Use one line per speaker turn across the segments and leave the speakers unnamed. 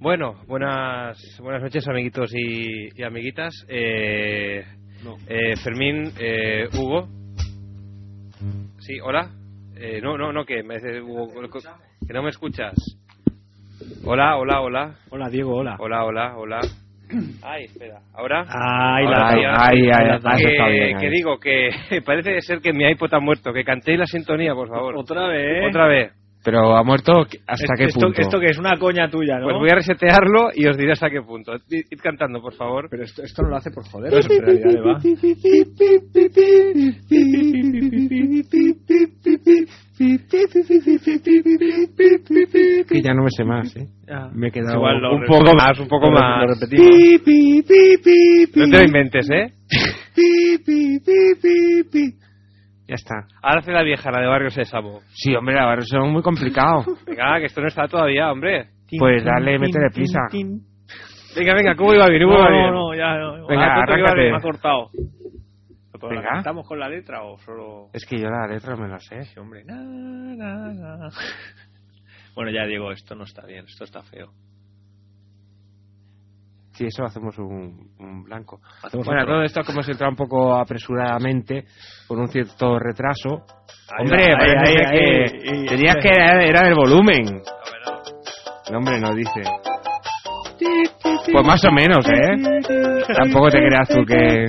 Bueno, buenas, buenas noches, amiguitos y, y amiguitas. Eh,
No.
eh, Fermín, eh, Hugo. Sí, hola. Eh, no, no, no, que me dice Hugo que no me escuchas. Hola, hola, hola.
Hola, Diego, hola.
Hola, hola, hola. Ay, espera. ¿Ahora?
Ah, Ahí
Hola,
la
ahí,
tengo.
ahí,
Ahí
ahí,
la tengo.
ahí.
que,
está bien,
que
ahí.
digo que parece ser que mi iPod ha muerto. Que cantéis la sintonía, por favor.
Otra vez.
Otra vez.
Pero ha muerto hasta
Es-
qué
esto,
punto.
Esto que es una coña tuya, ¿no?
Pues voy a resetearlo y os diré hasta qué punto. Id, id cantando, por favor.
Pero esto, esto no lo hace por joder, en realidad le va.
Que ya no me sé más, ¿eh? Me he quedado
Igual lo
un
re-
poco más,
un poco más.
Lo repetimos.
No te lo inventes, ¿eh?
Ya está.
Ahora hace la vieja, la de Barrio Sésamo.
Sí, hombre, ahora son muy complicado.
Venga, que esto no está todavía, hombre.
Pues dale, métele prisa.
Venga, venga, ¿cómo iba bien?
No,
¿Cómo iba
no,
bien?
no, ya no.
Venga,
Ah, esto que iba
arráncate.
Me ha cortado. ¿Pero la
Venga.
cantamos con la letra o solo...?
Es que yo la letra me la sé.
Sí, hombre. Na, na, na. Bueno, ya Diego, esto no está bien, esto está feo.
Si eso hacemos un, un blanco.
Hacemos
bueno,
otro.
todo esto como se entra un poco apresuradamente, con un cierto retraso.
Ahí
hombre,
va, ahí,
parece
ahí,
que
ahí, ahí.
tenías que era el volumen. El hombre no dice. Pues más o menos, ¿eh? Tampoco te creas tú que...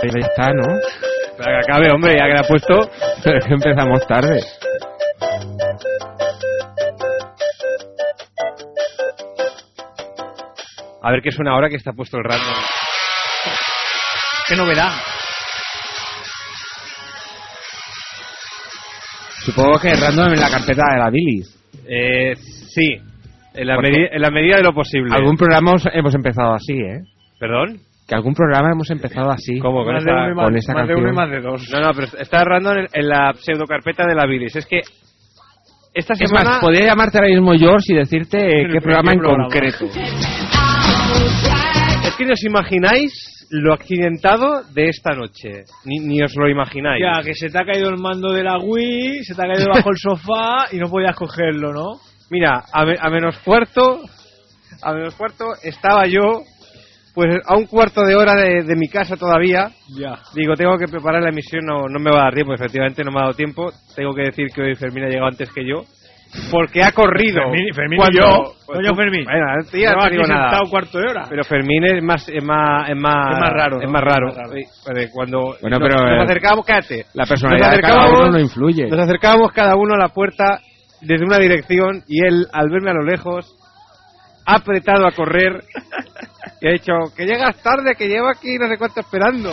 Pero ya está, ¿no?
Espera que acabe, hombre, ya que la ha puesto.
Pero es que empezamos tarde.
A ver qué suena ahora que está puesto el random.
¡Qué novedad!
Supongo que random en la carpeta de la bilis.
Eh, sí. En la,
¿Por qué?
medi- en la medida de lo posible.
Algún programa os- hemos empezado así, ¿eh?
¿Perdón?
Que algún programa hemos empezado así.
¿Cómo? Con
Más de
esta-
uno y más-
con esta
más de uno y más
canción.
de dos.
No, no, pero está random en, en la pseudocarpeta de la bilis. Es que esta
Es
semana...
más, podría llamarte ahora mismo George y decirte eh,
Pero,
qué
pero,
programa
¿qué
en
programa?
concreto.
Es que ni os imagináis lo accidentado de esta noche. Ni, ni os lo imagináis.
Ya, que se te ha caído el mando de la Wii, se te ha caído bajo el sofá y no podías cogerlo, ¿no?
Mira, a, me- a menos cuarto, a menos cuarto estaba yo, pues a un cuarto de hora de, de mi casa todavía.
Ya.
Digo, tengo que preparar la emisión, no, no me va a dar tiempo, efectivamente no me ha dado tiempo. Tengo que decir que hoy Fermín ha llegado antes que yo, porque ha corrido.
Fermín- Fermín y
Cuando-
yo.
Pues
Coño,
tú-
Fermín.
Bueno, tía,
Llevaba
no te
aquí
digo nada.
sentado cuarto de hora.
Pero Fermín es más, es más, es más,
Es más raro,
Es
¿no?
más raro.
Es más raro.
Sí, porque cuando
Bueno,
nos,
pero,
nos
eh,
acercábamos, cállate.
La personalidad de cada uno no influye.
Nos acercábamos cada uno a la puerta desde una dirección y él, al verme a lo lejos, ha apretado a correr y ha dicho que llegas tarde, que llevo aquí no sé cuánto esperando.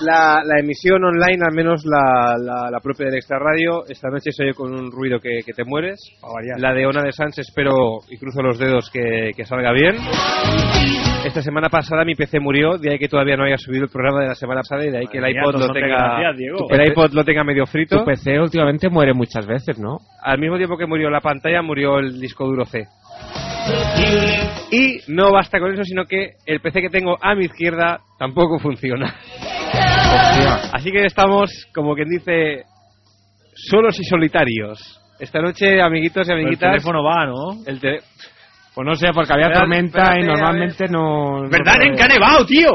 La, la emisión online, al menos la, la- la propia del Extra Radio, esta noche se oye con un ruido que, que te mueres. La de Ona de Sanz espero y cruzo los dedos que, que salga bien. Esta semana pasada mi PC murió, de ahí que todavía no haya subido el programa de la semana pasada y de ahí que el
Madre mía,
iPod
tonto,
lo
no te
tenga,
gracias, Diego.
el iPod lo tenga medio frito.
Tu PC últimamente muere muchas veces, ¿no?
Al mismo tiempo que murió la pantalla, murió el disco duro C. Y no basta con eso, sino que el PC que tengo a mi izquierda tampoco funciona. Así que estamos, como quien dice, solos y solitarios. Esta noche, amiguitos y
Pero el
amiguitas...
teléfono va, ¿no?
el tele-
Pues no sé, porque había
Espera-
tormenta
espérate,
y
a
normalmente no... no
¿Verdad,
puede-
nen, que ha nevado, tío?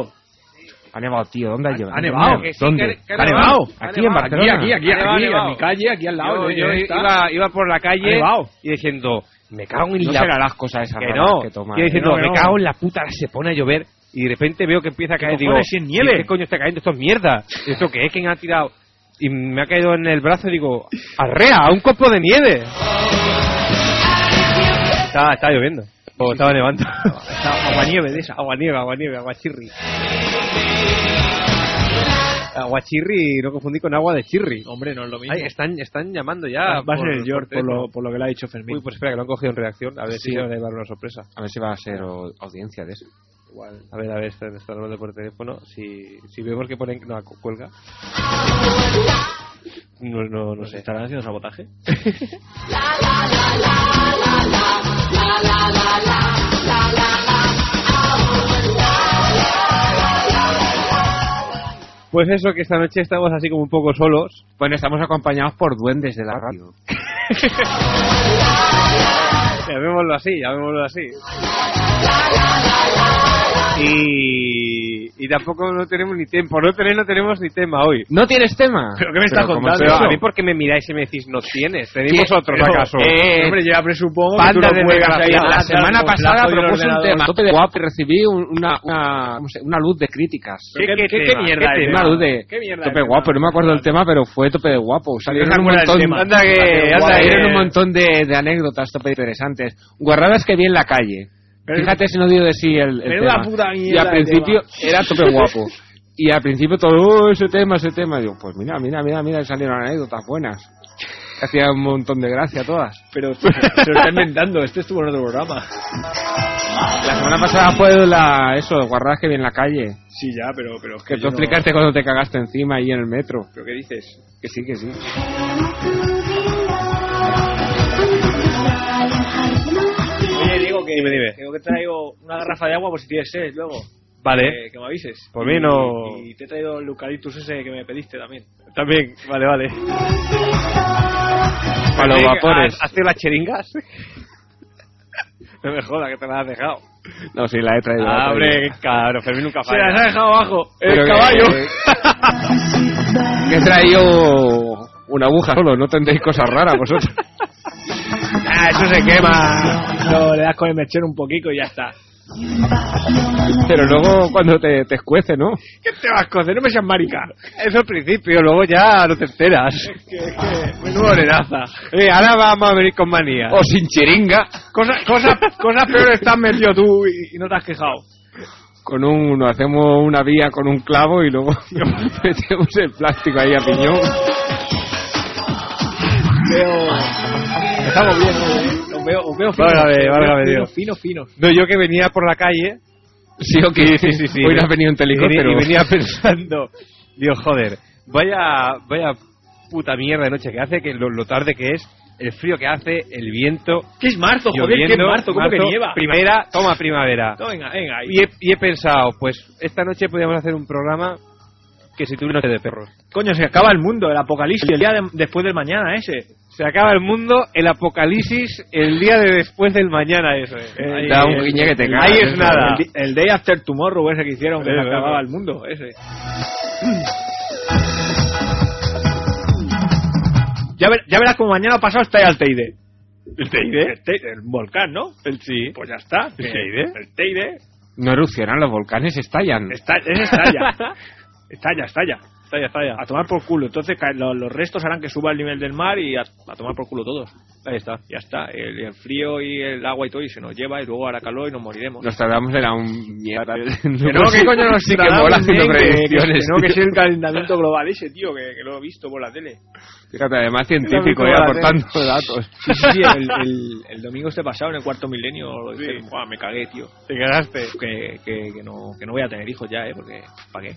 Ha nevado, tío. ¿Dónde ha llevado?
ha nevado.
Que sí,
¿Dónde?
que- que ha
Ha nevado.
nevado.
Aquí,
Ha
en
nevado.
Barcelona.
Aquí, aquí,
Ha nevado,
aquí,
ha
en
nevado.
mi calle, aquí al lado.
yo yo
¿eh?
iba, iba por la
Ha
calle
nevado.
y diciendo, me cago en
No
la...
será las cosas esas
que
raras
no.
que toma. ¿eh?
Yo diciendo,
Que no, que
me
no.
cago en la puta, se pone a llover y de repente veo que empieza a caer. Digo,
cojones, si es nieve?
¿qué coño está cayendo? Esto es mierda. ¿Esto qué es? ¿Quién ha tirado? Y me ha caído en el brazo y digo, arrea, un copo de nieve. Estaba, estaba lloviendo. O estaba nevando. agua nieve de esa. Agua nieve, agua nieve, aguachirri. Aguachirri, no confundí con agua de chirri.
Hombre, no es lo mismo.
Ay, están, están llamando
Va
ya.
va a ser
por-
el George, por
teléfono.
lo, por lo que le ha dicho Fermín.
Uy, pues espera, que lo han cogido en reacción. A ver si
Sí.
se van a llevar una sorpresa.
A ver si va a ser o- audiencia de eso.
A ver, a ver, están, están hablando por teléfono. Si, si vemos que ponen. No, cu- cuelga. No, no, no sé.
¿Estarán haciendo sabotaje?
Pues eso, que esta noche estamos así como un poco solos.
Bueno, estamos acompañados por duendes de la radio.
Llamémoslo así, llamémoslo así. Y, y tampoco no tenemos ni tiempo. Por No tener, no tenemos ni tema hoy.
¿No tienes tema?
¿Pero qué me estás
¿cómo
contando?
es
Pero
eso?
a mí porque me miráis y me decís no tienes, tenéis vosotros
Pero,
acaso.
eh,
Hombre,
ya presupongo
Panda de
juegas ahí
desgraciado.
a
La
las
semana
trampas,
pasada
lazo y el
propuse un
ordenador.
tema. Tope de guapo y recibí un- una, una, ¿cómo se- una luz de críticas.
¿Qué,
¿Qué-
qué
qué- qué
tema? ¿Qué
mierda es?
tema?
Una luz de
¿Qué mierda de
tope
tema? Pues
guapo. No me acuerdo el tema, pero fue tope de guapo. Salieron
No se
un
acuerda del
montón,
tema.
Anda que- anda que-
salieron un montón de, de anécdotas tope interesantes. Guarradas que vi en la calle.
Pero-
Fíjate si no dio de sí el, el
Menuda
tema.
puta
y
mierda
al
de
principio era tope guapo. Y al principio todo, "Oh, ese tema, ese tema. Y digo, pues mira, mira, mira, mira, salieron anécdotas buenas. Hacía un montón de gracia todas.
Pero se lo está inventando. Este estuvo en otro programa.
La semana pasada fue la, eso, guarradas que vi en la calle.
Sí, ya, pero... pero es
Que tú
yo no-
explicaste cuando te cagaste encima ahí en el metro.
¿Pero qué dices?
Que sí, que sí.
Oye, digo que...
Dime, dime.
Tengo que traigo una garrafa de agua por si tienes sed luego.
Vale.
Eh, que me avises.
Por mí no-
Y, y te he traído el eucaliptus ese que me pediste también.
También, vale, vale. Ah,
Para los vapores.
¿Has, has hecho las cheringas? no me jodas que te las has dejado.
No, sí, la he traído. la he
Ah,
traído.
hombre, cabrón, Fermín nunca
Se las ha
falla.
dejado abajo. El
Pero que-
caballo.
Que he traído una aguja solo, no tendréis cosas raras vosotros.
Ah, eso se quema.
No, le das con el mechero un poquito y ya está.
Pero luego cuando te, te escuece, ¿no?
¿Qué te vas a cocer? No me seas marica.
Eso al principio, luego ya no te enteras.
Que, que, menudo heredaza.
Eh, ahora vamos a venir con manía.
O sin chiringa,
Cosas cosa, cosa peores te has metido tú y, y no te has quejado.
con un, nos hacemos una vía con un clavo y luego metemos el plástico ahí a piñón.
Veo... Estamos bien, ¿no? Los veo, os veo finos.
Válgame,
Os veo
válgame
finos,
Dios.
Finos, finos.
No, yo que venía por la calle
Sí, o que
Sí, sí, sí.
hoy no ha venido un helicóptero.
Y, venía pensando, digo, joder, vaya, vaya puta mierda de noche que hace, que lo, lo tarde que es, el frío que hace, el viento.
¿Qué es marzo? Joder, ¿qué es
lloviendo,
marzo? ¿Cómo que
marzo,
nieva?
Primavera, toma primavera.
No, venga, venga. ahí.
Y he, y he pensado, pues esta noche podríamos hacer un programa que si tuviera noche de perros.
Coño, se acaba el mundo, el apocalipsis, el día de- después del mañana ese.
Se acaba el mundo, el apocalipsis, el día de después del mañana, eso es.
Eh,
Ahí
Da
es.
un guiñe que te cagas.
Ahí es
¿eh?
nada.
El, el Day After Tomorrow ese que hicieron, que
Eh,
se
eh,
acababa
eh.
el mundo, ese. Ya, ver- ya verás como mañana pasado está el Alteide. ¿El Teide? El, volcán, ¿no? El, sí. Pues ya está.
¿El
que-
Teide?
El Teide.
No erupcionan los volcanes, estallan.
Está, es estalla. estalla, estalla. Estalla, estalla. A tomar por culo. Entonces ca- lo- los restos harán que suba el nivel del mar y a, a tomar por culo todos. Ahí está. Ya está. El, el frío y el agua y todo y se nos lleva y luego hará calor y nos moriremos.
Nos tardamos era un mierda.
Que no, que coño nos
sí que
tratamos
mola
bien,
haciendo
que-
predicciones.
Que, no, que es
tío.
el calentamiento global ese, tío, que, que lo he visto por la tele.
Fíjate, además
Típico
científico, eh, aportando datos.
Sí, sí, sí, el, el- el domingo este pasado, en el cuarto milenio, lo dijeron, "Buah, me cagué, tío.
Te cagaste.
Que, que, que no, que no voy a tener hijos ya, ¿eh? Porque, ¿para qué?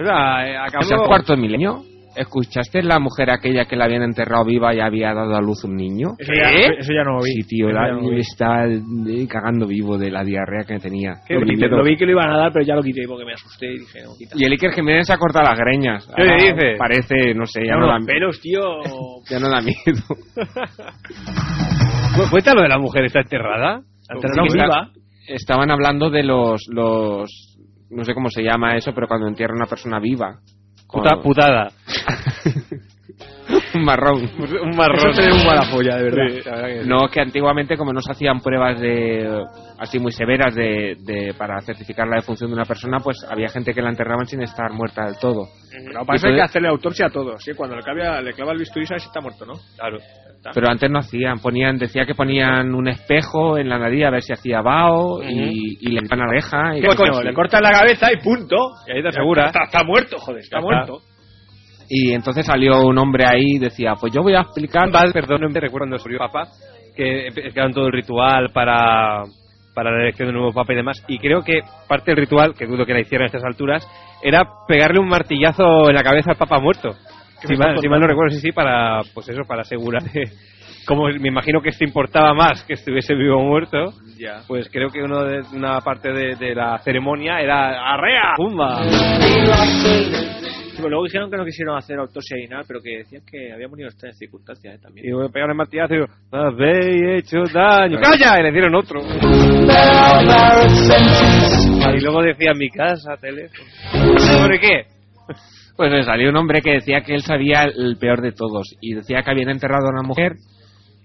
O sea, eh,
¿Es el
acabó.
cuarto milenio? ¿Escuchaste la mujer aquella que la habían enterrado viva y había dado a luz un niño?
Eso, ya, eso ya no lo vi.
Sí, tío,
Eso
la-
ya no lo vi.
está eh, cagando vivo de la diarrea que tenía.
Que Lo,
Lo
quité,
quité todo.
lo vi que lo iban a dar, pero ya lo quité porque me asusté y dije, no, quita.
Y el Iker Jiménez se ha cortado las greñas.
¿Qué le
Ahora
dices?
Parece, no sé, ya no, da,
los pelos, tío.
ya no da miedo.
Cu- Cuéntalo de la mujer, ¿está enterrada?
Enterrada
Sí,
viva.
está- Estaban hablando de los, los... No sé cómo se llama eso, pero cuando entierran a una persona viva. Con-
Puta, putada.
un marrón.
Un
Eso
marrón.
se ve Pues un mala polla, de verdad.
Sí, la que sí.
No, que antiguamente como no se hacían pruebas de así muy severas de, de- para certificar la defunción de una persona, pues había gente que la enterraban sin estar muerta del todo.
Lo que pasa es que
Entonces-
hacerle autopsia a todos. ¿sí? Cuando le, clavia- le clava el bisturí, sabes si está muerto, ¿no? Claro.
Pero antes no hacían, ponían, decía que ponían un espejo en la nariz a ver si hacía vaho y, y le iban a la oreja. Y
¿Qué
cosas
coño?
así.
Le cortas la cabeza y punto.
Pues Y ahí te asegura.
Está, está muerto, joder, está
Ya está.
muerto.
Y entonces salió un hombre ahí y decía, pues yo voy a explicar.
Val, perdón, no me recuerdo cuando se murió Papa, que quedaron todo el ritual para, para la elección del nuevo Papa y demás. Y creo que parte del ritual, que dudo que la hicieran a estas alturas, era pegarle un martillazo en la cabeza al Papa muerto. Si mal, si mal no recuerdo, sí, sí, para, pues eso, para asegurar. eh, Como me imagino que esto importaba más que estuviese vivo o muerto,
Ya.
pues creo que uno de, una parte de, de la ceremonia era ¡Arrea! ¡Pumba!
Sí, pero luego dijeron que no quisieron hacer autopsia y nada, pero que decían que había murido en estas circunstancias eh, también.
Y voy a pegar el martillazo y digo, habéis hecho daño. ¡Calla! Y le dieron otro. Y luego decía, mi casa, teléfono. ¿Sobre qué?
Pues le salió un hombre que decía que él sabía el peor de todos y decía que habían enterrado a una mujer.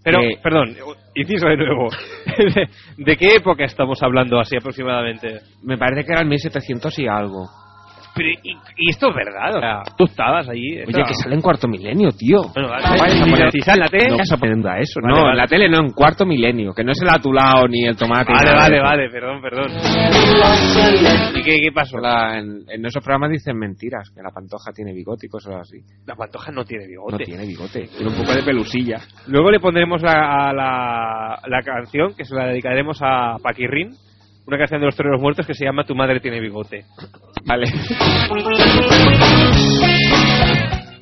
Pero,
que-
perdón, inciso de nuevo. ¿De, de qué época estamos hablando así aproximadamente?
me parece que eran 1700 y algo.
Pero, ¿y, y esto es verdad? O sea, tú estabas allí.
Oye, que sale en cuarto milenio, tío.
Bueno, vale.
No vayas a
Si
poner-
si sale en la tele-
no vayas a poner a eso.
Vale,
no,
vale.
en la tele no, en cuarto milenio, que no es el atulado ni el tomate.
Vale,
nada
vale,
de eso.
vale, perdón, perdón. ¿Y qué, qué pasó?
La- en, en esos programas dicen mentiras, que la pantoja tiene bigote y cosas así.
La pantoja no tiene bigote.
No tiene bigote, tiene un poco de pelusilla.
Luego le pondremos la, a la, la canción que se la dedicaremos a Paquirrin, una canción de los toreros muertos que se llama Tu madre tiene bigote.
Vale.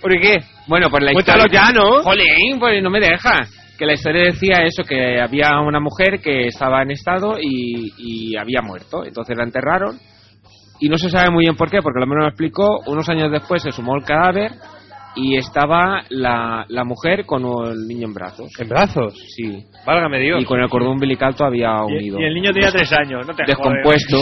¿Por qué?
Bueno, pues la
Cuéntalo
historia...
ya, ¿no?
Jolín, pues no me deja. Que la historia decía eso, que había una mujer que estaba en estado y, y había muerto. Entonces la enterraron y no se sabe muy bien por qué, porque lo menos lo explicó. Unos años después se sumó el cadáver y estaba la, la mujer con el niño en brazos.
Eh,
En brazos.
Sí.
Válgame Dios.
Y con el cordón umbilical todavía
Y,
unido.
y el niño tenía tres años, no te jodas.
Descompuesto.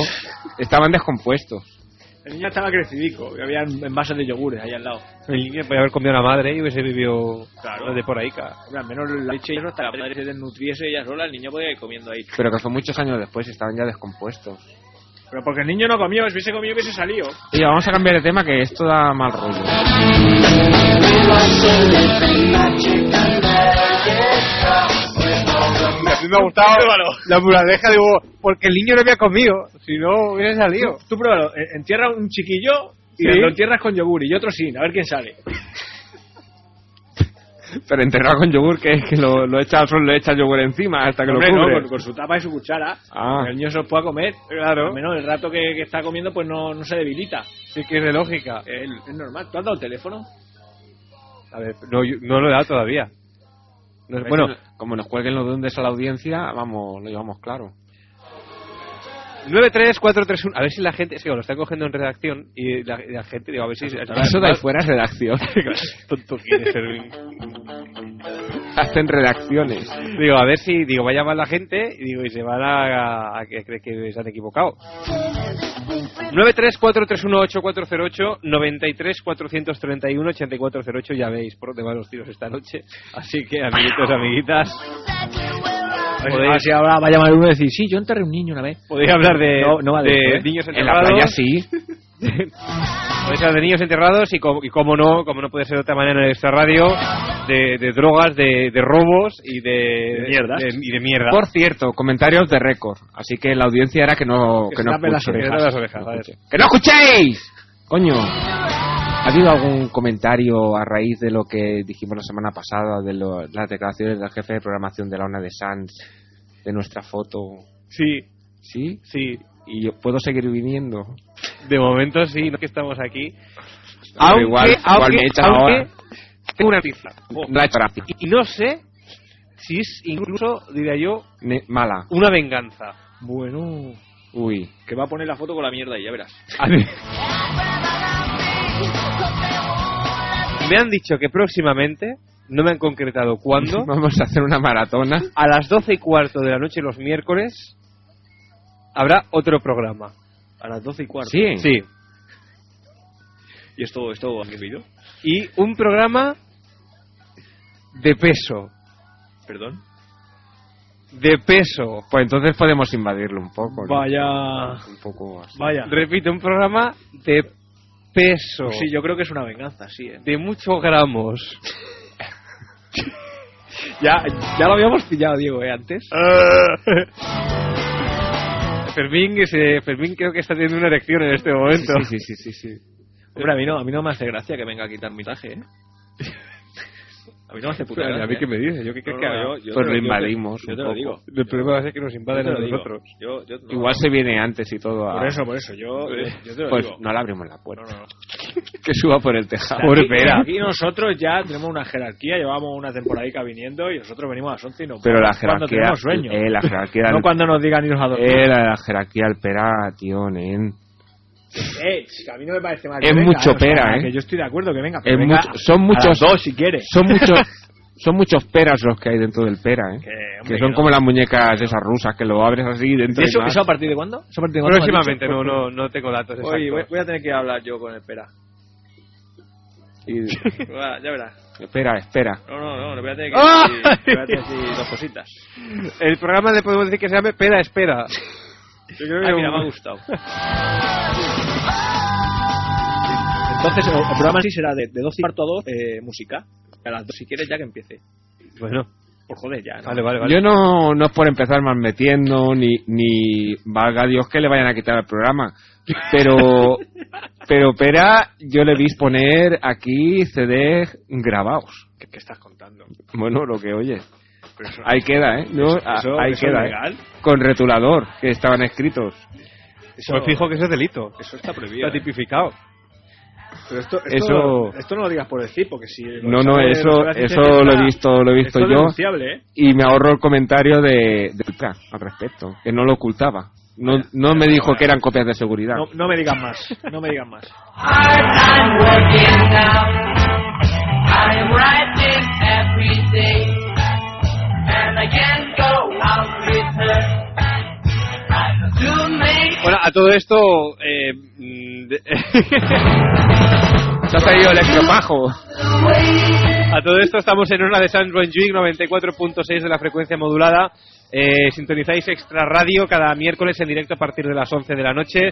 Estaban descompuestos.
El niño estaba crecidico, y había envases de yogures ahí al lado.
El niño podía haber comido una madre y hubiese vivido
Claro.
de por ahí, cara.
Hombre, al menos la leche ya no hasta que la madre se desnutriese ella sola, el niño podía ir comiendo ahí.
Pero que fue muchos años después y estaban ya descompuestos.
Pero porque el niño no comió, si hubiese comido hubiese salido.
Oye, vamos a cambiar de tema que esto da mal rollo.
A mí me ha gustado la muraleja, digo, porque el niño no había comido, si no hubiera salido.
Tú pruébalo, en- entierra un chiquillo y
Sí.
lo entierras con yogur y otro sin, a ver quién sale.
Pero enterrado con yogur, que, que lo, lo echa al sol, le echa el yogur encima hasta que
Hombre,
lo
no,
cubre.
con, con su tapa y su cuchara,
Ah.
el niño se los pueda comer.
Claro,
Al menos el rato que, que está comiendo pues no, no se debilita.
sí que es de lógica.
Es, es normal. ¿Tú has dado el teléfono?
A ver, no, yo- no lo he dado todavía. No sé, bueno,
como nos cuelguen los duendes a la audiencia, vamos, lo llevamos claro.
93431, a ver si la gente, es que lo está cogiendo en redacción y la, la gente, digo, a ver si...
Eso de ahí fuera es redacción.
Tonto quieres, Erwin.
Hacen redacciones.
Digo, a ver si, digo, va a llamar la gente y digo, y se van a, a- a que cree que se han equivocado. 934318408 934318408 ya veis por dónde van los tiros esta noche. Así que, amiguitos, amiguitas,
Ah, sí, ahora va a llamar uno y decir, sí, yo enterré un niño una vez.
podéis hablar de,
No, no va
de
dentro, ¿eh?
niños
En la
enterrados.
playa sí.
Podéis hablar de niños enterrados y, como, y cómo no, como no puede ser de otra manera en esta radio, de, de drogas, de, de robos y de,
De mierdas.
de- y de mierda.
Por cierto, comentarios de récord. Así que la audiencia era que no,
Que
que
se
no
tapen las
escuche.
Que
orejas.
de las orejas, a ver.
¡Que no escuchéis! Coño. ¿Ha habido algún comentario a raíz de lo que dijimos la semana pasada, de lo- las declaraciones del jefe de programación de la ONA de Sanz, de nuestra foto?
Sí,
¿Sí?
sí.
y yo puedo seguir viniendo.
De momento sí, no que estamos aquí.
Aunque, igual, igual me echan
aunque
ahora.
tengo una noticia.
Oh.
No ha hecho gracia.
Y, y no sé si es incluso, diría yo,
Ne- mala.
una venganza.
Bueno.
Uy.
Que va a poner la foto con la mierda y ya verás.
A mí- Me han dicho que próximamente, no me han concretado cuándo,
Vamos a hacer una maratona.
a las doce y cuarto de la noche los miércoles habrá otro programa.
A las 12 y cuarto.
Sí.
Sí.
¿Y esto, esto ha vivido?
Y un programa de peso.
Perdón.
De peso.
Pues entonces podemos invadirlo un poco. ¿no?
Vaya.
Un poco así.
Vaya.
Repito, un programa de peso.
Pues sí, yo creo que es una venganza, sí. ¿eh?
de muchos gramos.
Ya, ya lo habíamos pillado, Diego, ¿eh? Antes.
Ah.
Fermín, que se- Fermín creo que está teniendo una erección en este momento.
Sí, sí, sí, sí, sí.
Hombre, a mí no, a mí no me hace gracia que venga a quitar mi traje, ¿eh? A mí no me hace puta
Pero, ¿A mí
gracia,
qué me
¿eh?
dices? ¿Yo qué crees
No,
que
no,
haga?
yo- yo
Pues
te
lo
yo te-
invadimos
Yo
un
te lo
poco.
digo.
El problema va a ser que nos
Yo te
invaden a
lo digo.
nosotros.
Yo- yo- no.
Igual se viene antes y todo. a-
Por eso, por eso. Yo, eh, yo te lo
pues
digo.
no le abrimos la
No,
puerta.
no, no.
Que suba por el tejado.
Aquí-
Vera.
Aquí nosotros ya tenemos una jerarquía, llevamos una temporadica viniendo y nosotros venimos a las 11 y nos
Pero la
vamos cuando
jerarquía.
tenemos sueño.
eh, la jerarquía.
no cuando nos digan irnos a dormir.
eh, la, la jerarquía al pera, tío, nen.
Eh, si a mí no me parece mal.
Es
que venga,
mucho
o sea,
pera, ¿eh?
Que yo estoy de acuerdo que venga.
Es
Pero venga
mucho-
a-
son muchos-
A las dos, si quieres.
Son muchos. Son muchos peras los que hay dentro del pera, ¿eh?
Que, hombre,
Que son
que
como las muñecas esas rusas, que lo abres así dentro
¿Y eso,
y más.
eso a partir de cuándo? ¿Eso a partir de cuándo me has dicho?
Próximamente, no, no, no tengo datos exactos.
Oye, voy, voy a tener que hablar yo con el pera.
Y-
Va, ya verás.
espera, espera.
No, no, no, le voy a tener que
¡Ah!
decir, le voy a tener que decir dos cositas.
El programa le podemos decir que se llame Pera Espera.
Ay, mira, me ha gustado. Entonces, el, el programa sí será de, de 12 y cuarto a 2, eh, música. A las 2, si quieres, ya que empiece.
Bueno,
Por joder, ya. ¿no?
vale, vale, vale.
Yo no, no es por empezar más metiendo, ni, ni valga Dios que le vayan a quitar el programa. Pero, pero Pera, yo le vi poner aquí CD grabados.
¿Qué, qué estás contando?
Bueno, lo que oyes.
Pero eso-
Ahí queda, ¿eh? No, a-
eso-
ahí
eso
queda.
es legal.
¿eh? Con retulador, que estaban escritos.
eso-
Pues fijo que eso es delito.
Eso está prohibido.
Está
¿eh?
tipificado.
Pero esto, esto,
Eso-
esto no lo digas por decir, porque si. lo
No, no,
sabe-
eso-
lo sabe la
eso
gente,
lo he
está-
visto- lo he visto
esto es
yo.
denunciable, ¿eh?
Y me ahorro el comentario de, de Pera al respecto, que no lo ocultaba. No, no me dijo que eran copias de seguridad.
No, no me digan más. No me digan más.
Hard time working now. I'm writing every day. And I can't go out with her. Trying to make
Bueno, a todo esto. Eh, mm, de-
Se ha salido el estropajo.
a todo esto estamos en una de San Juan 94.6 de la frecuencia modulada. Eh, sintonizáis Extra Radio cada miércoles en directo a partir de las 11 de la noche.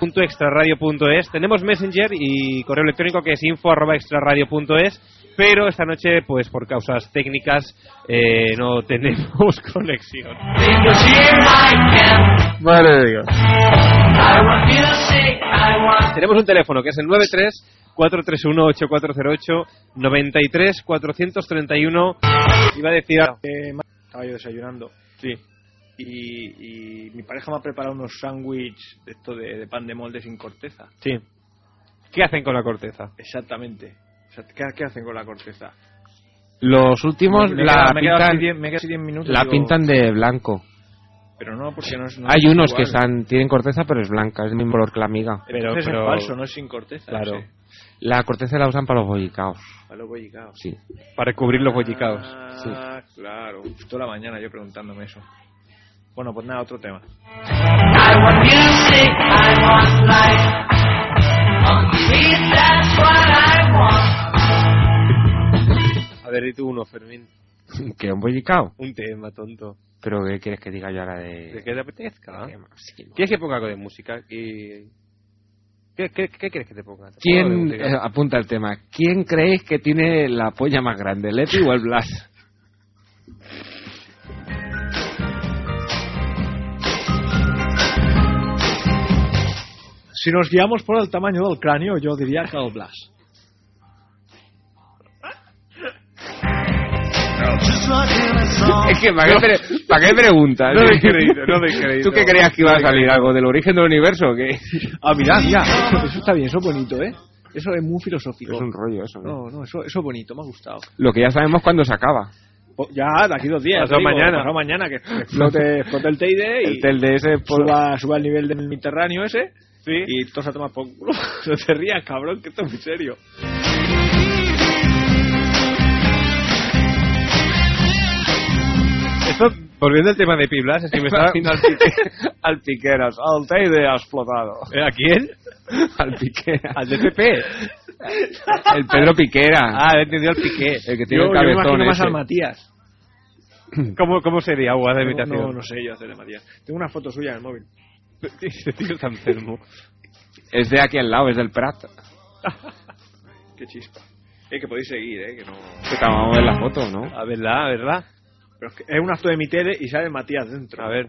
www.extraradio.es. Tenemos Messenger y correo electrónico que es info@extraradio.es, pero esta noche, pues por causas técnicas, eh, no tenemos conexión.
people hear my camp.
Madre de Dios.
I want music, I want
Tenemos un teléfono que es el 93 431 8408 93 431 iba a decir
Eh, ma- estaba yo desayunando. Sí. Y, y mi pareja me ha preparado unos sándwiches de esto de, de pan de molde sin corteza.
sí ¿qué hacen con la corteza?
Exactamente. O sea, ¿qué, qué hacen con la corteza?
Los últimos
Me he
la
quedado- me he quedado así
pintan,
diez- me he quedado así diez minutos.
la
digo,
pintan de blanco.
Pero no, porque no es. no
Hay
es
unos
igual.
que están, tienen corteza pero es blanca, es el mismo color que la miga.
Pero-
Entonces
pero-
es falso, no es sin corteza.
Claro.
ese.
La corteza la usan para los boicaos.
A lo bollicao.
Sí.
para cubrir los bollicaos
Ah, claro. Uf, Toda la mañana yo preguntándome eso. Bueno, pues nada, otro tema.
I want music, I want life. On TV, that's what I want.
a ver y tú uno Fermín
¿Qué un bollicao?
un tema tonto
Pero ¿qué quieres que diga yo ahora de...? Ah.
de que te apetezca
de- sí.
¿quieres que ponga algo de música? Y... ¿Qué, qué, qué quieres que te ponga? ¿Te pongo algo de
¿Quién,
música?
eh, apunta el tema, ¿quién creéis que tiene la polla más grande, el Epi o el Blas?
Si nos guiamos por el tamaño del cráneo, yo diría que el Blas.
Es que, ¿para qué, pre- ¿para qué preguntas?
No me he creído, no me he creído.
¿Tú qué creías que iba a salir algo del origen del universo? que Es
Ah, mirad, mira, eso está bien, eso es bonito, ¿eh? Eso es muy filosófico.
un rollo eso. ¿no?
No, no, eso, eso es bonito, me ha gustado.
Lo que ya sabemos cuándo se acaba.
Po- Ya, de aquí dos días.
Pasado
te digo,
mañana.
Pasado mañana, que explote, explote el Teide y
El tel de ese... pues, por-
suba, suba el nivel del Mediterráneo ese
Sí.
y todos a tomar por culo. No te rías, cabrón, que esto es muy serio.
esto volviendo al tema de Piblas es que me estaba
Imagino al, pique- al piqueras, al Teide ha explotado.
¿Eh, ¿a quién?
Al piqueras.
al DPP
El Pedro Piquera.
ah he entendido al Piqué
el que
Yo, yo
tiene el
me
cabezón
imagino más
ese.
al Matías.
¿cómo, cómo sería agua de
No,
imitación?
no, no sé yo hacer de Matías. Tengo una foto suya en el móvil.
Ese Este tío está enfermo.
Es de aquí al lado, es del Prat.
Qué chispa. Eh, que podéis seguir, eh, que no...
Que acabamos de ver la foto, ¿no?
A verla, a verla.
Pero es, que es una foto de mi tele y sale Matías dentro.
A ver.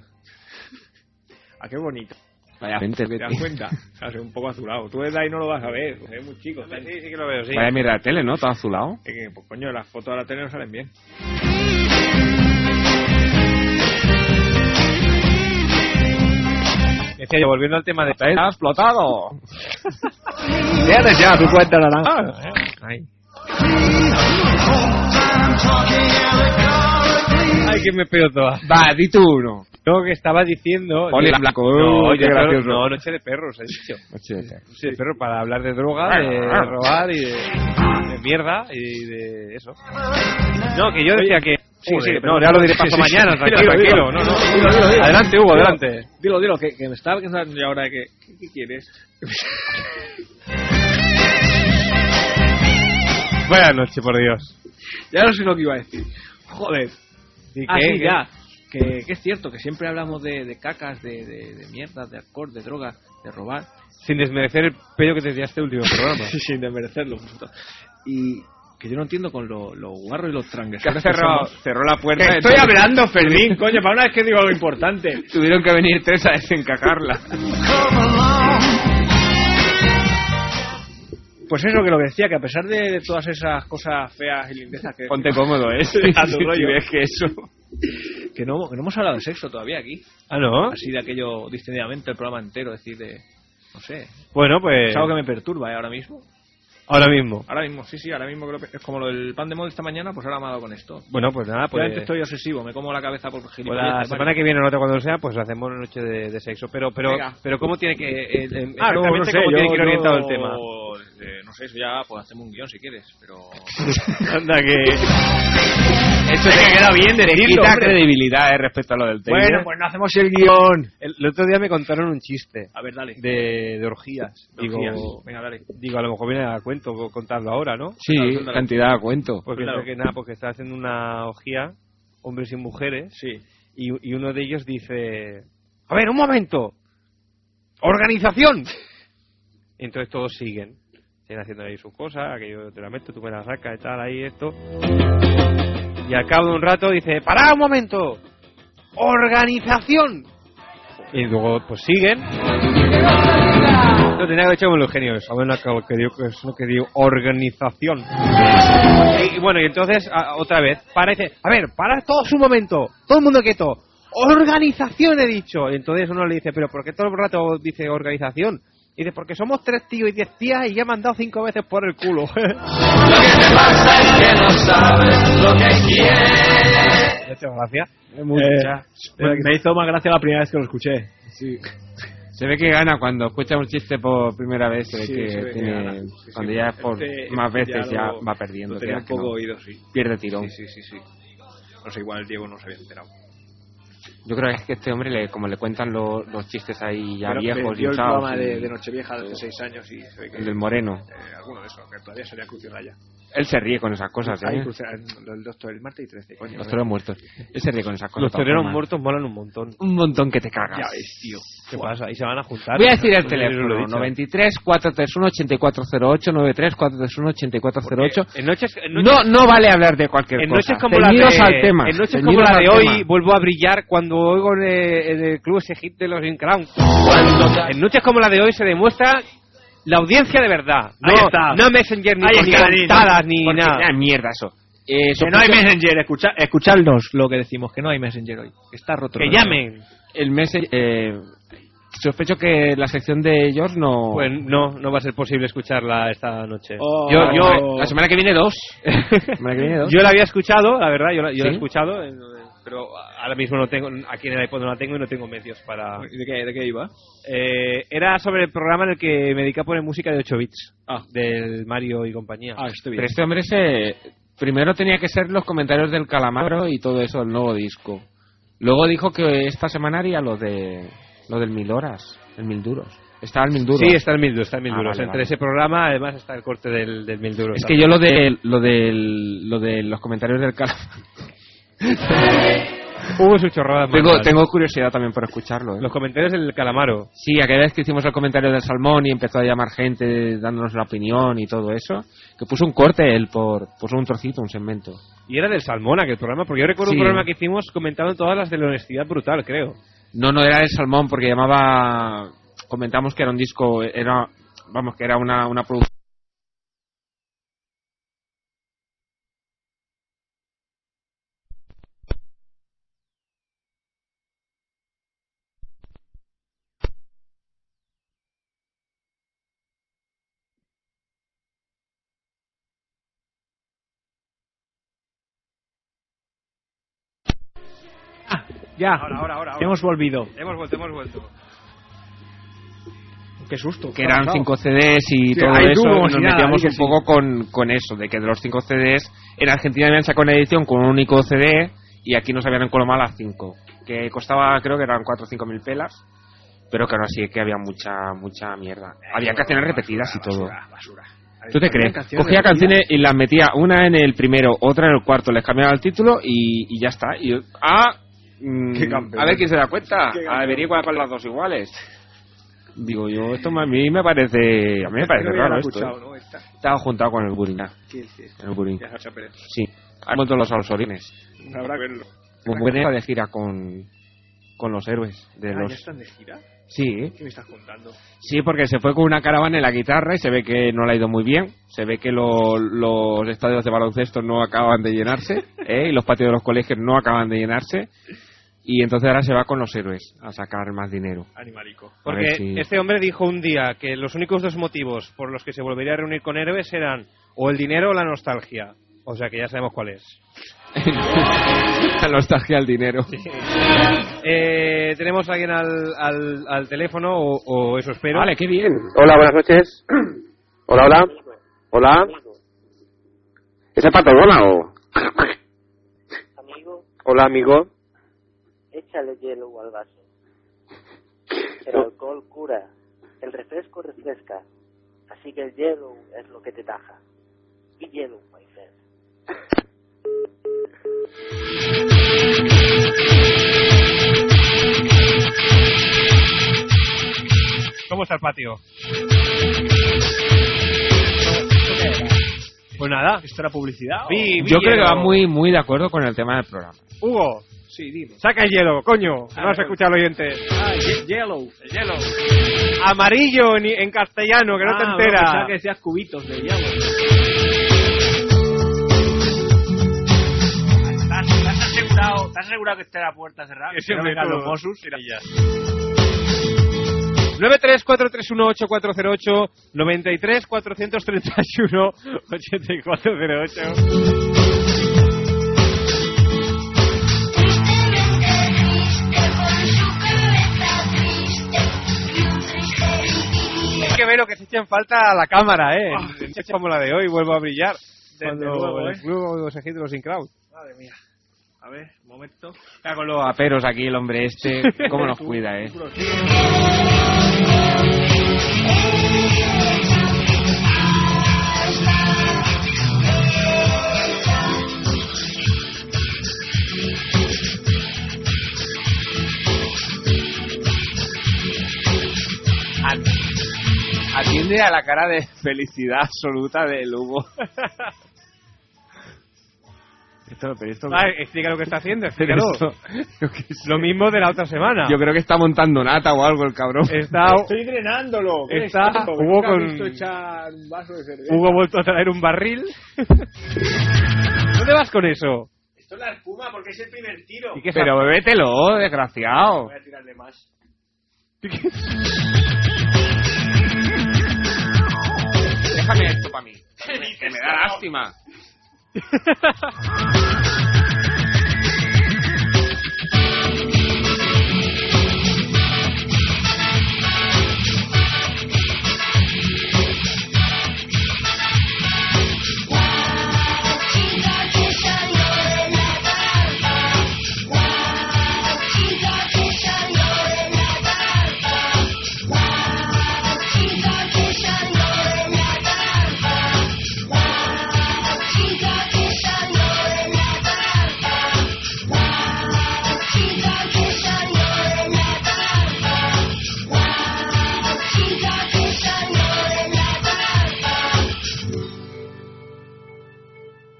Ah, qué bonito.
Vaya gente,
¿Te das cuenta? O sea, soy un poco azulado. Tú desde ahí no lo vas a ver, es muy chico. está-
Sí, sí que lo veo, sí.
vaya mierda de tele, ¿no? Todo azulado.
Eh, que, pues coño, las fotos de la tele no salen bien.
Decía yo, volviendo al tema de
¡Ha explotado!
Tienes ya tu cuenta
Ah,
naranja.
Ay, que me pego toda.
Va, di tú uno.
Lo que estaba diciendo.
Poli
Digo,
blanco.
No,
Uy,
yo
qué
no-
gracioso.
no, noche de perros, he dicho.
Ochenta.
Noche de perros para hablar de
Ah,
droga, de robar y de, de mierda y de eso. No, que yo decía que.
sí, sí,
Joder,
pero-
no, ya lo diré
sí,
paso
sí, sí.
mañana, tranquilo,
Dilo,
tranquilo.
dilo.
No, no.
Dilo, dilo, dilo.
Adelante, Hugo,
Dilo.
adelante.
Dilo, dilo, que, que me estaba pensando yo ahora que. ¿Qué, qué quieres?
Buenas noches, por Dios.
Ya no sé lo que iba a decir. Joder.
¿Y
Ah,
qué?
sí,
¿Qué?
ya. Que, que es cierto, que siempre hablamos de, de cacas, de, de, de mierdas, de alcohol, de drogas, de robar.
Sin desmerecer el pello que te decía este último programa.
Sí, sin desmerecerlo, por supuesto. Y que yo no entiendo con los lo guarros y los trangues.
Que ha cerrado, cerró la puerta.
Eh,
estoy
entonces
hablando, Fermín, coño, para una vez que digo algo importante.
Tuvieron que venir tres a desencajarla.
Pues eso que lo que decía, que a pesar de, de todas esas cosas feas y lindezas que,
Ponte cómodo, ¿eh?
A tu rollo.
Si ves que eso...
que, no, que no hemos hablado de sexo todavía aquí,
Ah, no.
así de aquello distendidamente, el programa entero, es decir, de, no sé,
Bueno, pues.
es algo que me perturba ¿eh? ahora mismo.
Ahora mismo.
Ahora mismo, sí, sí, ahora mismo creo que es como lo del pan de moda esta mañana, pues ahora me ha dado con esto.
Bueno, pues nada, pues.
Obviamente estoy obsesivo, me como la cabeza por
Pues
gilipollas.
la semana que viene o la otra cuando sea, pues hacemos una noche de, de sexo. Pero, pero,
Venga.
pero ¿cómo tiene que, eh, eh,
Ah, no,
exactamente
no sé,
cómo
yo-
tiene que ir
yo-
orientado el tema?
eh, no sé, eso ya, pues hacemos un guión si quieres, pero...
Anda que...
Eso te queda bien derechito, Quita
hombre.
credibilidad eh, respecto a lo del tema.
bueno, pues no hacemos el guión.
El, el otro día me contaron un chiste
A ver, dale.
de, de orgías. Digo,
Orgías. Venga, dale.
digo, a lo mejor viene a cuento contarlo ahora, ¿no?
Sí,
Claro, Pues-
cantidad a cuento.
Porque
Claro.
sé que nada, porque está haciendo una orgía, hombres y mujeres,
Sí.
y, y uno de ellos dice, a ver, un momento, organización. Y entonces todos siguen, siguen haciendo ahí su cosa, aquello te la meto, tú me la sacas y tal, ahí esto. Y al cabo de un rato dice, pará un momento, organización. Y luego pues siguen. No tenía que haber hecho como los genios, a ver, no, que digo que es lo que digo, organización. Y, y bueno, y entonces a- otra vez, para y dice, a ver, para todos un momento, todo el mundo quieto. Organización he dicho. Y entonces uno le dice, pero ¿por qué todo el rato dice organización? Y dice, porque somos tres tíos y diez tías y ya me han dado cinco veces por el culo. Muchas
Lo que te pasa es que no sabes lo que quieres.
gracias.
Eh,
Eh,
me hizo más gracia la primera vez que lo escuché.
Se ve que gana cuando escucha un chiste por primera vez. Se ve
Sí,
que
se ve que
tiene,
gana. Sí, sí,
cuando
sí.
ya es por
Este-
más
este
veces ya,
lo-
va perdiendo.
Lo tenía un
quieras que
poco
no.
oído, sí.
Pierde tirón.
Sí, sí, sí, sí. No sé, igual el Diego no se había enterado.
Yo creo que es que este hombre, le, como le cuentan lo- los chistes ahí ya
Pero
viejos y
vio el
usados,
programa
y-
de, de Nochevieja de hace seis años y se ve que...
el del moreno.
eh, alguno de esos, que todavía sería Cruz y Raya.
Él se ríe con esas cosas,
Ahí
¿eh?
Cruz y Raya, el, el doctor, el martes y 13, coño.
Los toreros muertos. Él se ríe con esas cosas.
Los
de todas
toreros
formas.
muertos molan un montón.
Un montón que te cagas.
Ya ves, tío.
¿Qué pasa? Y se van a juntar.
Voy a decir
No
el
sé si lo he
teléfono,
dicho.
93 431 8408 93 431 8408
En noches, en noches-
No, no vale hablar de cualquier
en
cosa.
noches como la de,
Ceñiros al tema.
en noches
ceñiros
como la
al
de
tema.
hoy vuelvo a brillar cuando oigo en, eh, en el club ese hit de los In Crown. En noches como la de hoy se demuestra la audiencia de verdad. No,
Ahí está.
no Messenger ni,
Ahí
ni
está, niño.
cantadas ni
Porque-
nada.
ah, mierda eso. Eh,
Que no hay
sospecho-
Messenger, escucha, escuchadnos lo que decimos, que no hay Messenger hoy. que Está roto.
Que
el
llamen.
El mes, eh, sospecho que la sección de ellos no.
Pues no, no va a ser posible escucharla esta noche.
Oh.
yo, yo, la semana que viene dos. La semana que viene dos.
Yo la había escuchado, la verdad, yo la, yo la he
¿Sí?
escuchado, eh, pero ahora mismo no tengo, aquí en el iPod no la tengo y no tengo medios para...
¿De qué, ¿De qué iba?
Eh, era sobre el programa en el que me dediqué a poner música de 8 bits.
Ah.
Del Mario y compañía.
Ah, estoy
Pero
bien.
este hombre se. Primero tenía que ser los comentarios del Calamaro y todo eso, el nuevo disco. Luego dijo que esta semana haría lo de. Lo del Mil Horas. El Mil Duros. Estaba el Mil Duros.
Sí, está el Mil Duros, está el Mil
Ah,
Duros.
vale,
Entre
vale.
ese programa, además, está el corte del, del Mil Duros.
Es que yo lo de lo de lo de los comentarios del Calamaro
Hubo su chorrada.
tengo,
manual.
tengo curiosidad también por escucharlo. ¿eh?
Los comentarios del Calamaro.
Sí, aquella vez que hicimos el comentario del salmón y empezó a llamar gente dándonos la opinión y todo eso, que puso un corte él por puso un trocito, un segmento.
Y era del Salmón aquel programa, porque yo recuerdo
Sí.
un programa que hicimos comentando todas las de la honestidad brutal, creo.
No, no era del salmón porque llamaba comentamos que era un disco, era, vamos, que era una, una producción.
Ya,
Ahora, ahora, ahora, ahora.
hemos volvido.
Hemos vuelto, hemos vuelto.
Qué susto.
que eran
Claro.
cinco CDs y
Sí,
todo
ahí
eso,
tú como
nos
si nada,
metíamos
di que
un poco con, con eso, de que de los cinco CDs, en Argentina habían sacado una edición con un único CD y aquí nos habían colomado las cinco, que costaba creo que eran cuatro o cinco mil pelas, pero que aún así que había mucha, mucha mierda. Había canciones repetidas y todo.
Basura, basura.
¿Tú te crees?
Canciones
Cogía
repetidas.
canciones y las metía una en el primero, otra en el cuarto, les cambiaba el título y, y ya está. Y yo, ¡Ah! mm,
Qué campeón.
a ver quién se da cuenta.
Qué campeón.
Averigua con las dos iguales. Digo yo, esto a mí me parece, a mí me parece
Creo que ya
raro
la he
esto.
escuchado,
¿eh?
¿no? Esta.
Estaba juntado con el Buringa.
Sí, sí, sí.
El Buringa.
Ya, Nacho Pérez.
Sí. Han vuelto los alsorines.
Habrá que verlo.
Muy buena de gira con, con los héroes de
Ah, ¿Ya
los...
están de gira?
Sí, ¿eh?
¿Qué me estás contando?
Sí, porque se fue con una caravana en la guitarra y se ve que no le ha ido muy bien. Se ve que lo- los estadios de baloncesto no acaban de llenarse ¿eh? y los patios de los colegios no acaban de llenarse. Y entonces ahora se va con los héroes a sacar más dinero.
Animalico.
Porque
ver si-
este hombre dijo un día que los únicos dos motivos por los que se volvería a reunir con héroes eran o el dinero o la nostalgia. O sea que ya sabemos cuál es.
La nostalgia al dinero.
Eh, ¿Tenemos a alguien al, al, al teléfono o, o eso espero?
Vale, qué bien.
Hola, buenas noches. Hola, hola. Hola. ¿Es el pato Donald o...?
Amigo,
Hola, amigo.
échale hielo al vaso. El alcohol cura, el refresco refresca, así que el hielo es lo que te taja. Y hielo, my friend.
¿Cómo está el patio? Pues nada.
¿Esto era publicidad? o-
Vi- vi
Yo creo que va
hielo.
muy, muy de acuerdo con el tema del programa.
Hugo,
Sí, dime.
saca el hielo, coño. No has escuchado al oyente.
Ah, ye- Yellow. Yellow. Ah,
Amarillo en, en castellano, que no te enteras.
que decías cubitos de Yellow.
¿Estás, estás asegurado, ¿Estás asegurado que esté la puerta cerrada?
Que
Que
siempre
no vengan
todo.
los Mossos.
934318408 93-431-8408 Hay que ver lo que se echa en falta a la cámara, ¿eh? Es como la de hoy, vuelvo a brillar. Cuando
luego,
el
¿eh?
club los ejidos los sin crowd.
Madre mía. A ver, un momento.
Está con los aperos aquí el hombre este. ¿Cómo nos cuida, eh? Atiende a la cara de felicidad absoluta del Hugo. Esto, pero esto,
Ah, explica lo que está haciendo,
pero
explícalo.
esto- yo qué sé.
Lo mismo de la otra semana.
Yo creo que está montando nata o algo el cabrón.
Está,
Estoy drenándolo.
¿Qué Está- es esto? hubo Nunca he con- visto
Uh,
Hugo ha vuelto a traer un barril. ¿Dónde vas con eso?
Esto es la espuma porque es el primer tiro.
¿Y qué
Pero bébetelo, desgraciado.
Voy a tirarle más.
Déjame esto para mí. Que me da lástima.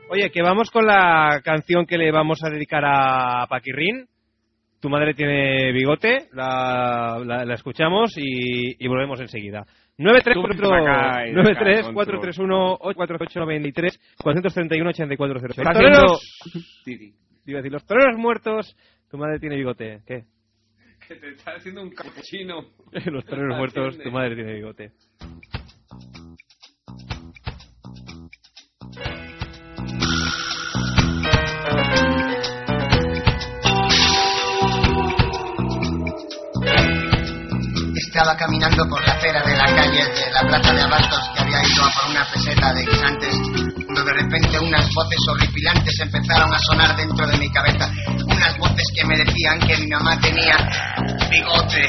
Oye, que vamos con la canción que le vamos a dedicar a Paquirrin. Tu madre tiene bigote, la, la- la escuchamos y, y volvemos enseguida. 934 93 431 431 431 8408
Está
Toreros,
Tiri.
iba a decir, los toreros muertos, tu madre tiene bigote. ¿Qué?
Que te está haciendo un capuchino.
Los toreros muertos, tu madre tiene bigote.
Estaba caminando por la acera de la calle de la plaza de abastos que había ido a por una peseta de guisantes, cuando de repente unas voces horripilantes empezaron a sonar dentro de mi cabeza. Unas voces que me decían que mi mamá tenía bigote.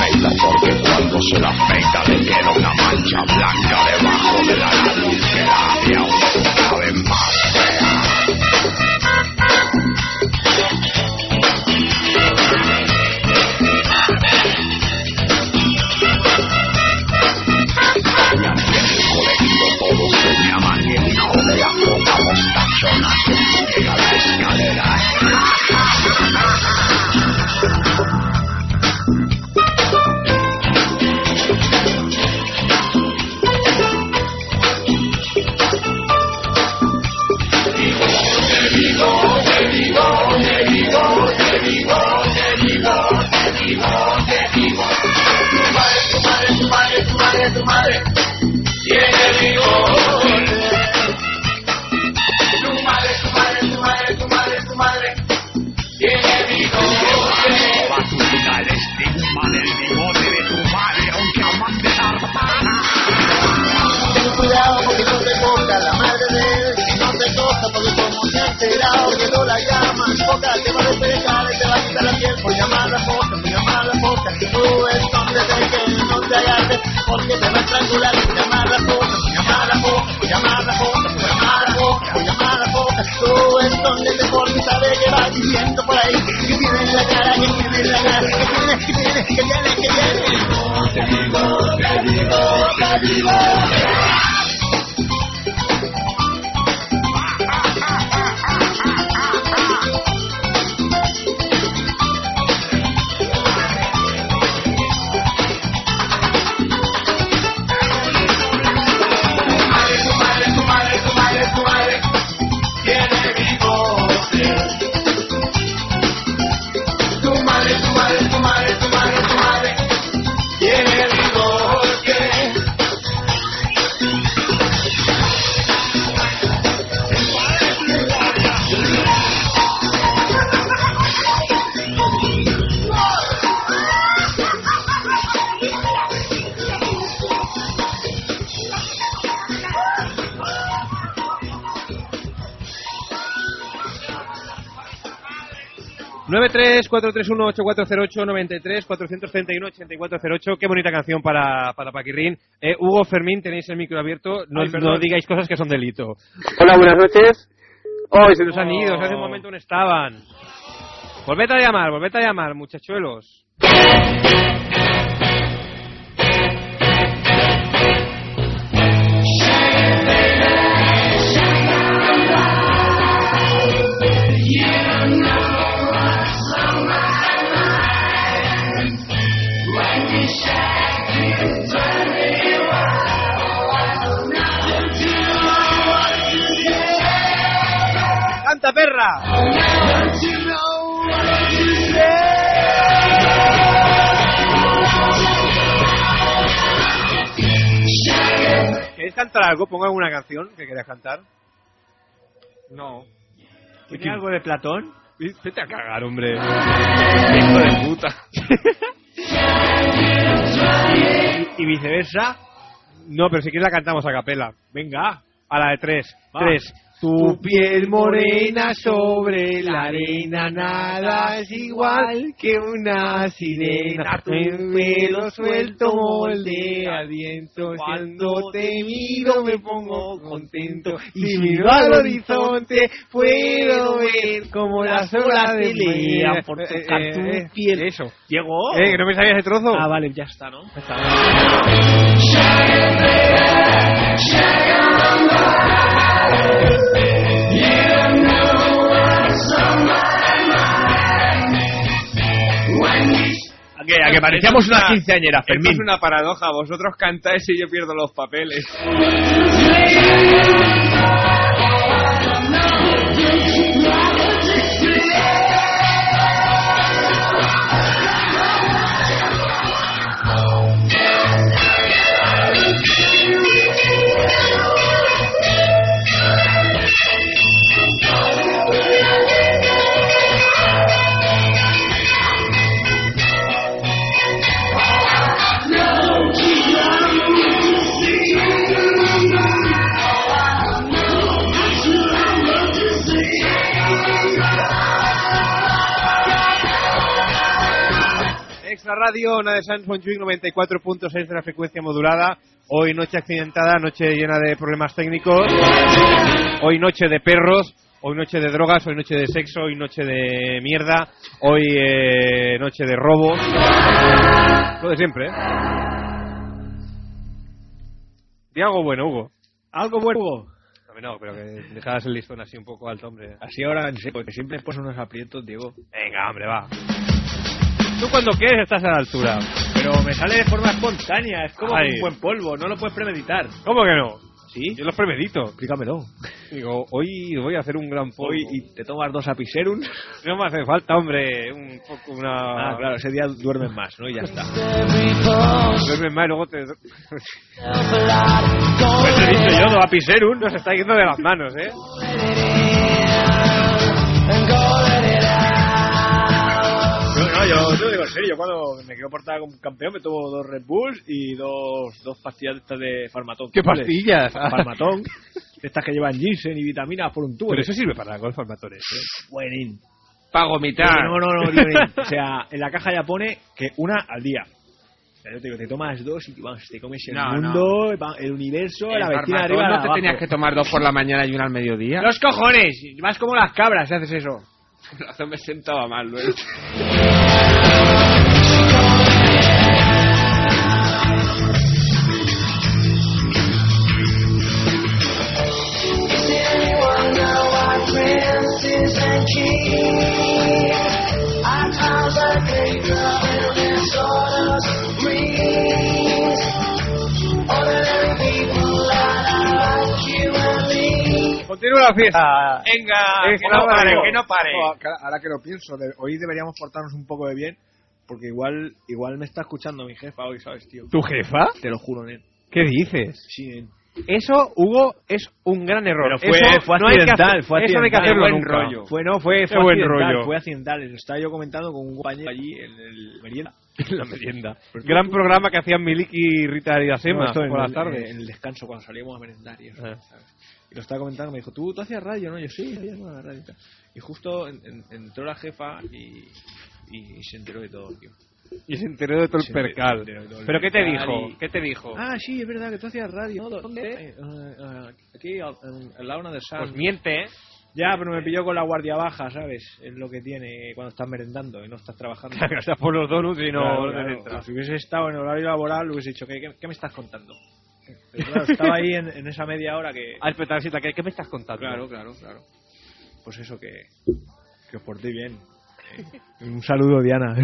peina porque cuando se la peina le queda una mancha blanca debajo de la nariz que la hace aún cada vez más fea. Y en el colegio todos se llaman el hijo de la coca mostachona que llega a la escalera. Va a cruzar el estigma del bigote de tu madre aunque amantes
Ten cuidado porque no te toca la madre de él, que no te toca porque como se ha enterado que no la llamas, poca te va a despegar y te va a quitar la piel por llamar la poca, por llamar la poca, que tú eres hombre de que no te agarres, porque te va a estrangular por llamar la poca, por llamar la poca, por llamar la poca, por llamar la poca, por llamar la poca, tú eres hombre de porque sabe que va diciendo por ahí, que tiene la cara, que tiene la cara, que tiene, que tiene, que tiene, que tiene.
cero ocho Qué bonita canción para, para Paquirrín. Eh, Hugo Fermín, tenéis el micro abierto. No, no digáis cosas que son delito.
Hola, buenas noches.
Hoy se nos han ido, hace un momento no estaban. Volved a llamar, volved a llamar, muchachuelos. ¡Canta perra! ¿Queréis cantar algo? Pongo alguna canción que queráis cantar.
No. ¿Tiene algo de Platón?
Vete a cagar, hombre.
Hijo de puta. y viceversa.
No, pero si quieres la cantamos a capela.
Venga.
A la de tres.
Va.
Tres, Tu piel morena sobre la arena, nada es igual que una sirena. Tu pelo suelto moldea al viento. Cuando te miro me pongo contento. Y si miro al horizonte puedo ver como las olas de
Pelea
lea
por tocar tu piel. Eso. Llegó.
¿Eh? ¿Que no me sabías ese trozo?
Ah, vale, ya está, ¿no? Ya está. ¿A que, a que parecíamos una quinceañera, Fermín.
Es una paradoja, vosotros cantáis y yo pierdo los papeles.
Extra Radio, una de Sans 94.6 de la frecuencia modulada. Hoy noche accidentada, noche llena de problemas técnicos. Hoy noche de perros, hoy noche de drogas, hoy noche de sexo, hoy noche de mierda, hoy eh, noche de robos. Lo de siempre, ¿eh? Di algo bueno, Hugo.
Algo bueno. Hugo.
No, no, pero que dejaras el listón así un poco alto, hombre.
Así ahora, en serio, porque siempre después unos aprietos, Diego.
Venga, hombre, va. Tú cuando quieres estás a la altura.
Pero me sale de forma espontánea, es como
Ay.
un buen polvo, no lo puedes premeditar.
¿Cómo que no?
¿Sí?
Yo los premedito.
Explícamelo.
Digo, hoy voy a hacer un gran polvo.
Hoy y te tomas dos apiserum.
No me hace falta, hombre, un poco una...
Ah, claro, ese día duermen más, ¿no? Y ya está.
Duermes más y luego te...
Pues he dicho yo, dos apiserum.
Nos está yendo de las manos, ¿eh?
No, no, yo te lo digo en serio, yo cuando me quedo portada como campeón me tomo dos Red Bulls y dos, dos pastillas de estas de Farmatón.
pastillas!
Farmatón, de estas que llevan ginseng y vitaminas por un tubo.
Pero eso sirve para alcohol, farmatones. ¿eh?
Buenín.
Pago mitad.
No, no, no, Lionel. O sea, en la caja ya pone que una al día. O sea, yo te digo, te tomas dos y vamos, te comes el
No,
mundo, el universo,
El
la vecina
farmacón,
arriba.
¿No
la
te
abajo.
tenías que tomar dos por la mañana y una al mediodía?
Los cojones, vas como las cabras si haces eso.
Razón me sentaba mal, luego.
Continúa la
Ah.
fiesta.
Venga,
que no pare, que no
pare.
Oh, cara, ahora que lo pienso, de- hoy deberíamos portarnos un poco de bien, porque igual igual me está escuchando mi jefa hoy, ¿sabes, tío?
¿Tu jefa?
Te lo juro, nen.
¿Qué dices?
Sí, nen.
Eso, Hugo, es un gran error.
Pero fue-
eso
fue
no hay que
accidental,
hacer-
fue
Eso no hay que
accidental.
hacerlo
Buen
nunca.
rollo.
Fue, no, fue,
Qué
fue
buen
accidental,
rollo. Fue
fue
accidental, lo estaba yo comentando con un compañero allí en el merienda.
en la merienda. Gran programa que hacían Miliki y Rita
Pues No,
Ariasema
esto en
por las
el-
tardes.
En el descanso, cuando salíamos a merendar y eso,
Ah.
¿sabes? Y lo estaba comentando, me dijo, ¿tú, tú hacías radio? No, yo sí, hacía una radio. y tal". Y justo en- en- entró la jefa y, y se enteró de todo, tío.
Y se enteró de todo
Se
el percal.
enteró de todo el
¿Pero qué te
percal
dijo?
y-
¿Qué te dijo?
Ah, sí, es verdad que tú hacías radio. ¿no? ¿Dónde? Eh, eh, aquí, al, en- al lado de San.
Pues miente, ¿eh?
ya, pero me pilló con la guardia baja, ¿sabes? Es lo que tiene cuando estás merendando y no estás trabajando.
Te gastas por los donuts y no,
Claro,
no te
claro.
entras.
Si hubiese estado en horario laboral, hubiese dicho, ¿qué, qué, qué me estás contando? Pero claro, estaba ahí en, en esa media hora que...
Al petarcita, ¿qué, ¿qué me estás contando?
Claro, claro, claro. Pues eso, que, que os portéis bien. Un saludo, Diana.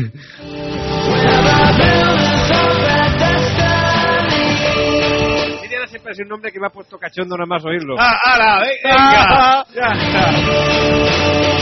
Miriam siempre es un nombre que me ha puesto cachondo nada más oírlo. ah,
¡Ah, ahora! ve- ¡Venga! ¡Ya está!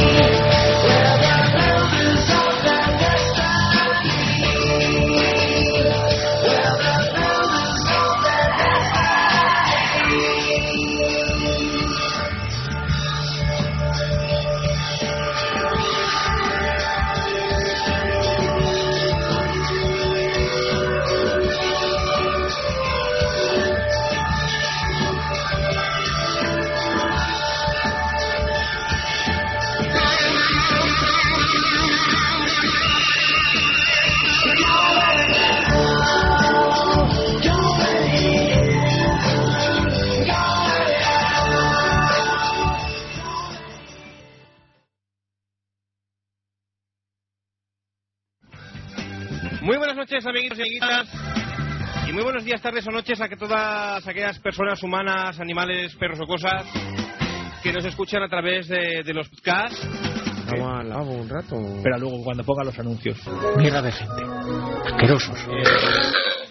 Bueno, Muy buenas noches, amiguitos y amiguitas. Y muy buenos días, tardes o noches a que todas aquellas personas humanas, animales, perros o cosas que nos escuchan a través de, de los podcasts.
Vamos al agua un rato.
Espera luego cuando ponga los anuncios.
Mierda de gente. Asquerosos.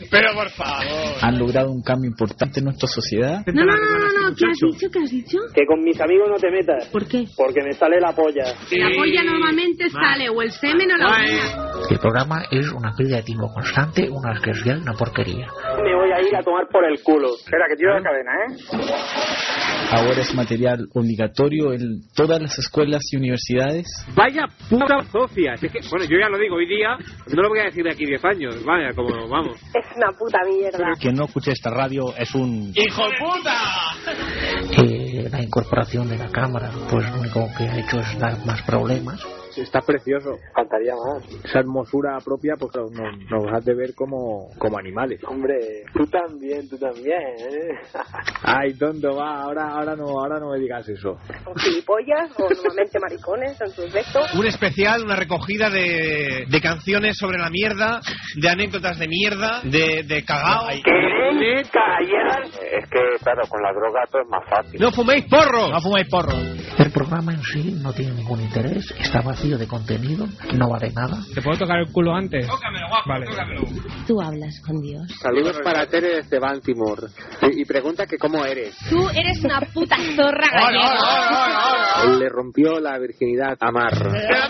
Pero por favor.
Han logrado un cambio importante en nuestra sociedad.
No, no, no, no, no, ¿qué has dicho? ¿Qué has dicho?
Que con mis amigos no te metas.
¿Por qué?
Porque me sale la polla.
La polla normalmente sale o el semen o la orina.
El programa es un apelativo constante, una asquerosidad, y una porquería.
Me voy a ir a tomar por el culo. Espera, que tiro la cadena, ¿eh?
Ahora es material obligatorio en todas las escuelas y universidades.
Vaya puta socia. Es que, bueno, yo ya lo digo hoy día, no lo voy a decir de aquí 10 años. Vaya, como vamos.
Es una puta mierda.
Quien no escuche esta radio es un...
¡Hijo puta!
Eh, la incorporación de la cámara, pues lo único que ha hecho es dar más problemas.
Está precioso.
Faltaría más.
Esa hermosura propia pues nos, nos hace ver como, como animales.
Hombre, tú también, tú también, ¿eh?
Ay, tonto, va, ahora, ahora, no, ahora no me digas eso.
Son gilipollas o normalmente maricones en sus vectos.
Un especial, una recogida de, de canciones sobre la mierda, de anécdotas de mierda, de, de cagao.
¿Qué? ¿Callar?
Es que, claro, con la droga todo es más fácil.
¡No fuméis porro!
No fumáis porro.
El programa en sí no tiene ningún interés, está vacío de contenido, no vale nada.
¿Te puedo tocar el culo antes?
Tócamelo, guapo,
Vale.
tócamelo.
Tú hablas con Dios.
Saludos para Tere desde Baltimore. Y, y pregunta que cómo eres.
Tú eres una puta zorra
¡Hola,
gallega.
Le rompió la virginidad a Mar.
¡Te la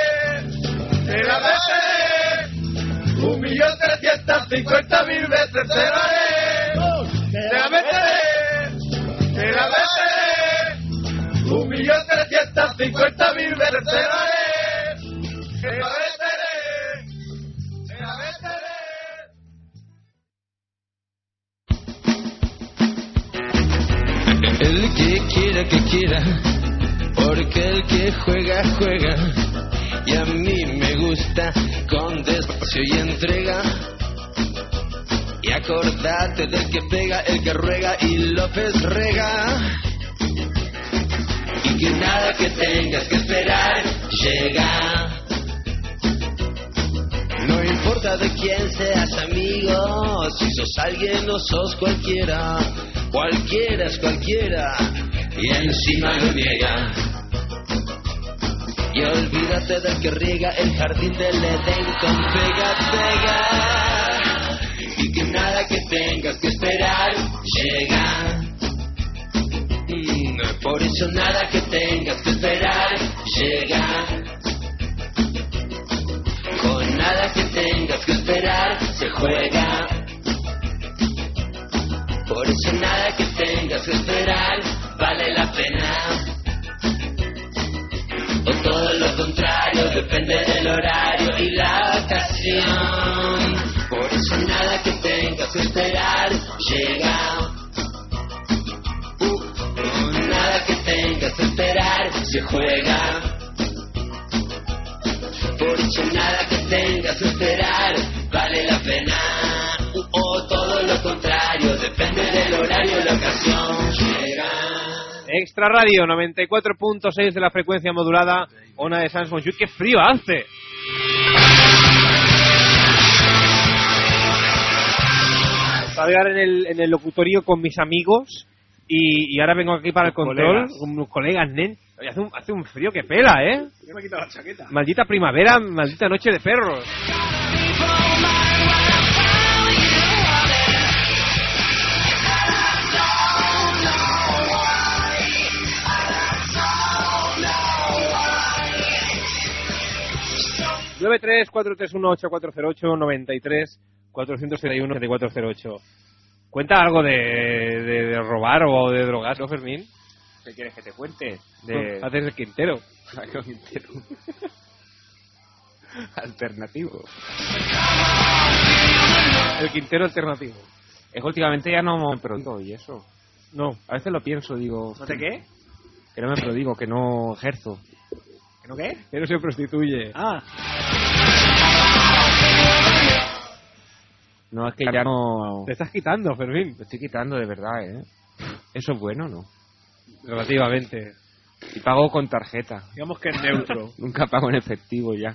metes! ¡Te la metes! ¡Un millón trescientas cincuenta mil veces te la haré! ¡Te la metes! ¡Te la metes! ¡Un millón trescientas cincuenta mil veces te la haré! ¡Te la meteré! ¡Te la meteré!
El que quiera que quiera, porque el que juega juega. Y a mí me gusta con despacio y entrega. Y acordate del que pega, el que ruega y López rega. Y que nada que tengas que esperar llega. No importa de quién seas amigo, si sos alguien o sos cualquiera, cualquiera es cualquiera y encima lo niega. Y olvídate del que riega el jardín del Edén con pega, pega. Y que nada que tengas que esperar llega. Mm, Por eso nada que tengas que esperar llega. Con nada que tengas que esperar se juega. Por eso nada que tengas que esperar vale la pena. O todo lo contrario, depende del horario y la ocasión. Por eso nada que tengas que esperar llega. Uh, con nada que tengas que esperar se juega. Por eso nada que tengas que esperar vale la pena. O todo lo contrario, depende del horario, la ocasión llega.
Extra Radio 94.6 de la frecuencia modulada, Ona de Samsung. ¡Uy, qué frío hace! Estaba ahora en el, en el locutorio con mis amigos y, y ahora vengo aquí para el
Con
control
colegas.
con mis colegas, nen. Oye, Hace un, hace un frío que pela, ¿eh?
Yo me he quitado la chaqueta.
Maldita primavera, maldita noche de perros. nueve tres cuatro tres uno ocho cuatro cero ocho noventa y tres cuatrocientos treinta y uno setenta y cuatro cero ocho cuenta algo de, de, de robar o de drogar no Fermín
¿Qué quieres que te cuente?
de
De
haces el Quintero
Algo entero. Alternativo.
el Quintero alternativo
Es que últimamente ya no me prodigo y eso.
no
A veces lo pienso, digo.
¿No te qué?
Que no me prodigo, que no ejerzo.
¿Que no qué?
pero se prostituye
Ah,
No, es que ya no.
te estás quitando Fermín
Me estoy quitando de verdad, ¿eh? Eso es bueno, ¿no?
relativamente
Y pago con tarjeta.
Digamos que es neutro.
Nunca pago en efectivo ya.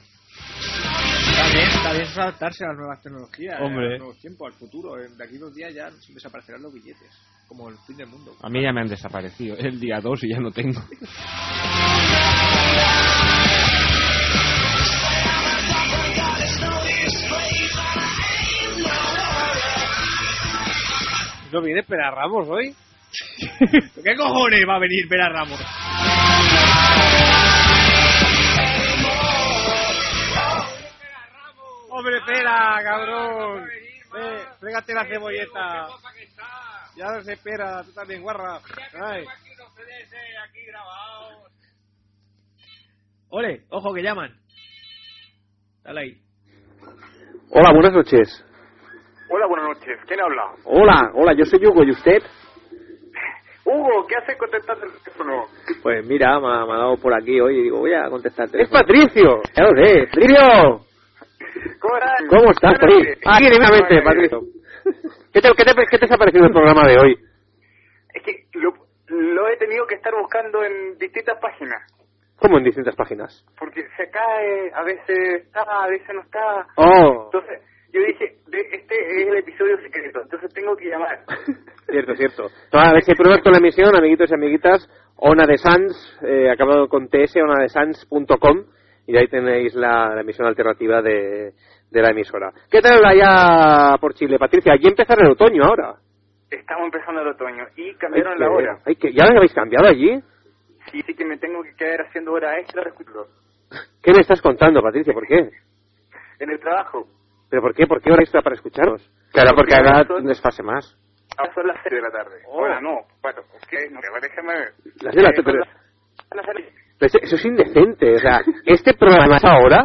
bien, está bien eso adaptarse a las nuevas tecnologías,
Hombre.
a los nuevos tiempos, al futuro. En- De aquí dos días ya desaparecerán los billetes, como el fin del mundo.
A mí ya me han desaparecido. El día 2 y ya no tengo.
¿No viene Pera Ramos hoy?
¿Qué cojones va a venir Vera Ramos?
¡Hombre, espera, cabrón! Eh, Trégate la cebolleta. Ya no se espera, tú también, guarra. Ay.
Ole, ojo que llaman. Dale ahí.
Hola, buenas noches.
Hola, buenas noches. ¿Quién habla?
Hola, hola, yo soy Hugo, ¿y usted?
Hugo, ¿qué hace contestando el teléfono?
Pues mira, me ha, me ha dado por aquí hoy y digo, voy a contestarte.
¡Es Patricio!
¡Ya lo sé! ¡Patricio!
¿Cómo estás?
¿Cómo estás, Patricio?
Ah,
Aquí,
vale.
Patricio. ¿Qué te, qué, te, ¿Qué te ha parecido el programa de hoy?
Es que lo, lo he tenido que estar buscando en distintas páginas.
Como en distintas páginas.
Porque se cae, a veces está, a veces no está.
Oh.
Entonces, yo dije, de- este es el episodio secreto, entonces tengo que llamar.
Cierto, cierto. a ver si pruebas con la emisión, amiguitos y amiguitas, Ona de Sans, eh, acabado con ts, onadesans.com, y ahí tenéis la, la emisión alternativa de, de la emisora. ¿Qué tal allá por Chile, Patricia? Allí empezará el otoño ahora.
Estamos empezando el otoño y
Ay,
cambiaron
que-
la hora.
ay, que- ¿Ya lo habéis cambiado allí?
Sí, sí que me tengo que quedar haciendo hora extra de escucharlo.
¿Qué me estás contando, Patricia? ¿Por qué?
En el trabajo.
¿Pero por qué? ¿Por qué hora extra para escucharos? Claro,
porque ahora
desfase más.
Ahora son las 6 de la tarde. Bueno, no, bueno, Oh. ok, no, déjame ver.
Las de la-
Eh, son
pero-
las-
Pero Pues eso- Eso es indecente, o sea, este programa es ahora,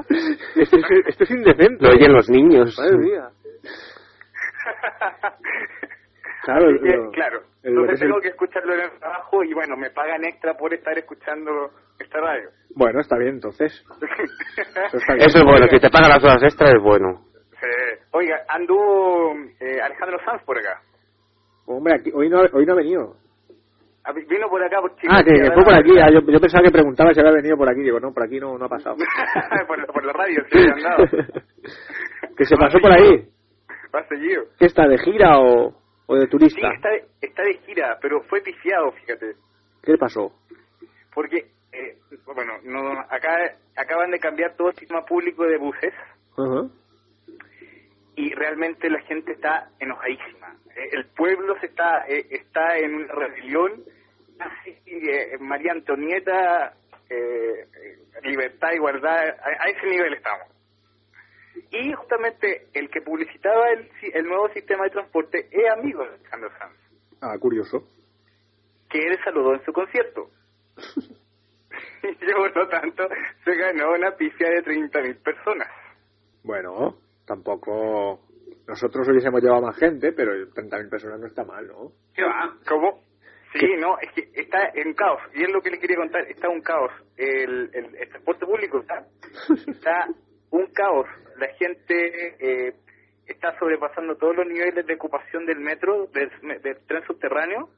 esto es, esto es indecente.
Lo oyen los niños.
Madre mía.
Claro,
Así que,
lo-
claro.
el-
Entonces
es el-
tengo que escucharlo en el trabajo y bueno, me pagan extra por estar escuchando esta radio.
Bueno, está bien entonces. Eso, está bien.
Eso es bueno, si te pagan las horas extra es bueno.
Eh, oiga, anduvo eh, Alejandro Sanz por acá.
Hombre, aquí- hoy, no, hoy no ha venido.
Ah, vi- Vino por acá por Chile.
ah, que
Y
fue por
ahora-
aquí. ah, yo, yo pensaba que preguntaba si había venido por aquí. Digo, no, por aquí no, no ha pasado.
por, la- por la radio, sí, he andado.
que se pasó por ahí.
Va seguido.
¿Qué está, de gira o, o de
Sí,
turista?
está de, está de gira, pero fue pifiado, fíjate.
¿Qué le pasó?
Porque, eh, bueno, no, acá acaban de cambiar todo el sistema público de buses
Ajá.
y realmente la gente está enojadísima. Eh, El pueblo se está eh, está en una rebelión. Así, eh, María Antonieta, eh, eh, libertad, igualdad, a, a ese nivel estamos. Y justamente el que publicitaba el, si- el nuevo sistema de transporte es amigo de Alejandro Sanz,
Ah, curioso.
que él saludó en su concierto. y por lo tanto se ganó una pifia de 30.000 personas.
Bueno, tampoco... Nosotros hubiésemos llevado más gente, pero 30.000 personas no está mal, ¿no?
¿Qué va? ¿Cómo? Sí, no, es que está en caos. Y es lo que le quería contar, está un caos. El, el, el transporte público está, está un caos. La gente eh, está sobrepasando todos los niveles de ocupación del metro, del, del tren subterráneo.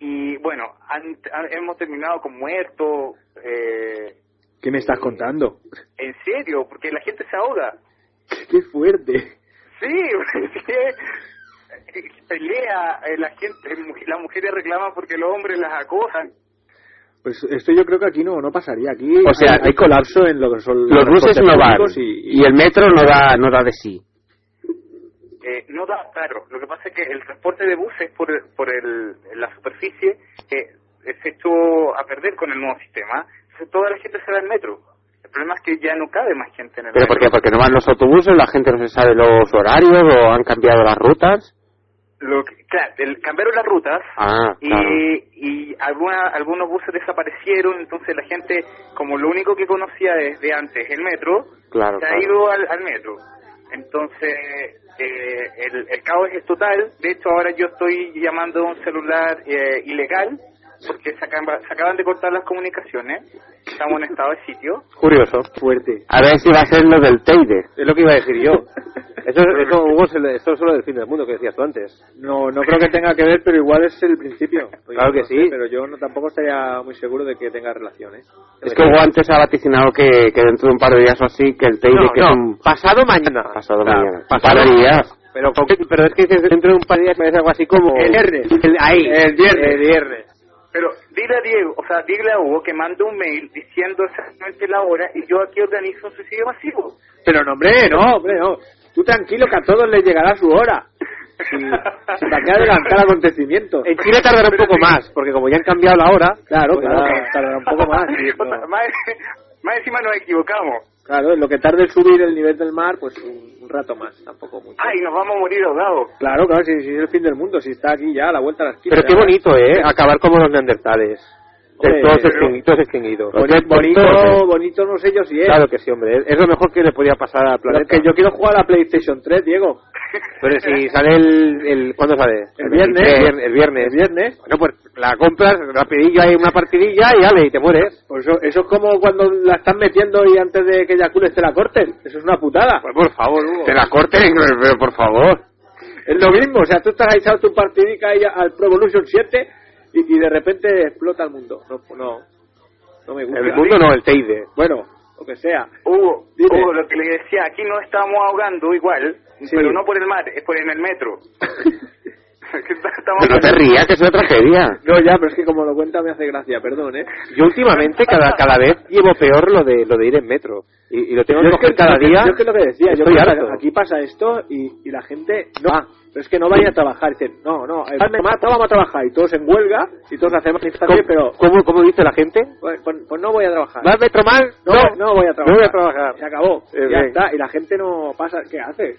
Y bueno, han- han- hemos terminado con muertos. Eh,
¿Qué me estás contando?
en serio, porque la gente se ahoga.
¡Qué fuerte!
Sí, porque pelea eh, la gente, las mujeres reclaman porque los hombres las acosan.
Pues esto yo creo que aquí no no pasaría. Aquí
O sea,
hay, hay colapso en lo que son
Los buses
transportes
no van
públicos
y, el metro no da no da de sí.
Eh, no da, claro. Lo que pasa es que el transporte de buses por, por el, la superficie eh, se echó a perder con el nuevo sistema. Entonces toda la gente se va al metro. El problema es que ya no cabe más gente en el
¿Pero por
metro.
qué? Porque no van los autobuses, la gente no se sabe los horarios o han cambiado las rutas.
Lo que- claro, el- cambiaron las rutas
Ah,
y,
claro.
y alguna- algunos buses desaparecieron. Entonces la gente, como lo único que conocía desde antes el metro,
Claro,
se ha
claro.
ido al, al metro. Entonces, eh, el, el caos es total. De hecho, ahora yo estoy llamando a un celular eh, ilegal porque se, acaba- se acaban de cortar las comunicaciones. Estamos en estado de sitio.
Curioso.
Fuerte.
A ver si va a ser lo del Teide.
Es lo que iba a decir yo.
Eso, eso, Hugo, se le- eso es lo del fin del mundo que decías tú antes.
No, no creo que tenga que ver, pero igual es el principio.
Claro que
No sé,
sí.
pero yo no, tampoco estaría muy seguro de que tenga relación, ¿eh?
Es que Hugo antes ha vaticinado que, que dentro de un par de días o así, que el Teide,
No,
que es
no,
un
pasado mañana.
pasado
Claro,
mañana. Un
pasado-
par de días.
Pero, con- pero es que dices dentro de un par de días parece algo así como...
El
viernes.
El- ahí.
El viernes.
El viernes.
Pero dile a Diego, o sea, dile a Hugo que manda un mail diciendo exactamente la hora y yo aquí organizo un suicidio masivo.
Pero no, hombre, no, hombre, no. Tú tranquilo que a todos les llegará su hora. Si, si para qué adelantar acontecimientos.
En Chile tardará un poco más, porque como ya han cambiado la hora...
Claro,
pues
claro,
ahora
tardará un poco más. sí,
O sea,
no.
más, más encima nos equivocamos.
Claro, lo que tarde en subir el nivel del mar, pues un, un rato más, tampoco mucho.
Ay, nos vamos a morir ahogados.
Claro, claro, si, si es el fin del mundo, si está aquí ya a la vuelta a la esquina.
Pero qué
ya.
bonito, ¿eh? Acabar como los neandertales.
Hombre,
todos,
pero-
extingui- todos extinguidos.
Boni- Bonito, bonito no sé yo si es.
¿eh? Claro que sí, hombre. Es- Es lo mejor que le podía pasar al
Pero es
planeta.
que yo quiero jugar a la PlayStation 3, Diego.
Pero si sale el... el ¿Cuándo sale?
El viernes.
23, El viernes.
El viernes.
Bueno, pues la compras rapidillo, hay una partidilla y ale, y te mueres.
Pues eso, eso es como cuando la están metiendo y antes de que eyacules te la corten. Eso es una putada.
Pues por favor, Hugo.
Te la corten, pero por favor.
Es lo mismo. O sea, tú estás echado tu partidica ahí al Pro Evolution 7 y, y de repente explota el mundo. No, no, no me gusta.
El mundo no, el Teide.
Bueno, lo que sea.
Hugo,
Dime.
Hugo, lo que le decía, aquí nos estamos ahogando igual, pero no por el mar, es por en el metro. estamos
Pero no te rías, que es una tragedia.
No, ya, pero es que como lo cuenta me hace gracia, perdón, ¿eh?
Yo últimamente cada, cada vez llevo peor lo de lo de ir en metro. Y, y lo tengo que
Yo es
coger
que-
cada
yo es que-
día.
Yo es que lo que decía, yo
Estoy
creo que
harto. Ah.
aquí pasa esto y, y la gente no va. Pero es que no vayan a trabajar. Dicen, no, no, eh, me mata, vamos a trabajar. Y todos en huelga y todos hacemos manifestaciones, pero
¿Cómo, ¿Cómo dice la gente?
pues, pues- pues no voy a trabajar.
¿Vas metro mal?
No, no voy a trabajar.
No voy a trabajar.
Se acabó.
Eh,
ya
bien.
está. Y la gente no pasa. ¿Qué hace?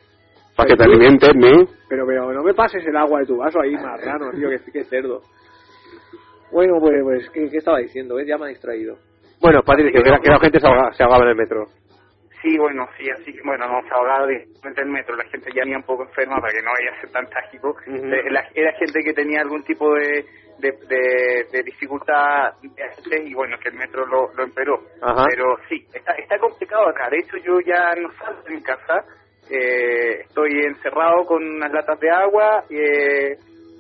Para que te alimentes, ¿no?
Pero, pero no me pases el agua de tu vaso ahí, marrano, tío, que, que cerdo. Bueno, pues, pues ¿qué, qué estaba diciendo? ¿Ves? Ya me ha distraído.
Bueno, Patrick, que, la- que la gente se ahoga- se ahogaba en el metro.
Sí, bueno, sí, así que bueno, nos ahogado directamente el metro. La gente ya venía un poco enferma para que no vaya a ser tan trágico. Eh, la- era gente que tenía algún tipo de, de, de- de dificultad de antes y bueno, que el metro lo, lo empeoró.
Ajá.
Pero sí, está, está complicado acá. De hecho, yo ya no salgo en casa. Eh, estoy encerrado con unas latas de agua, eh,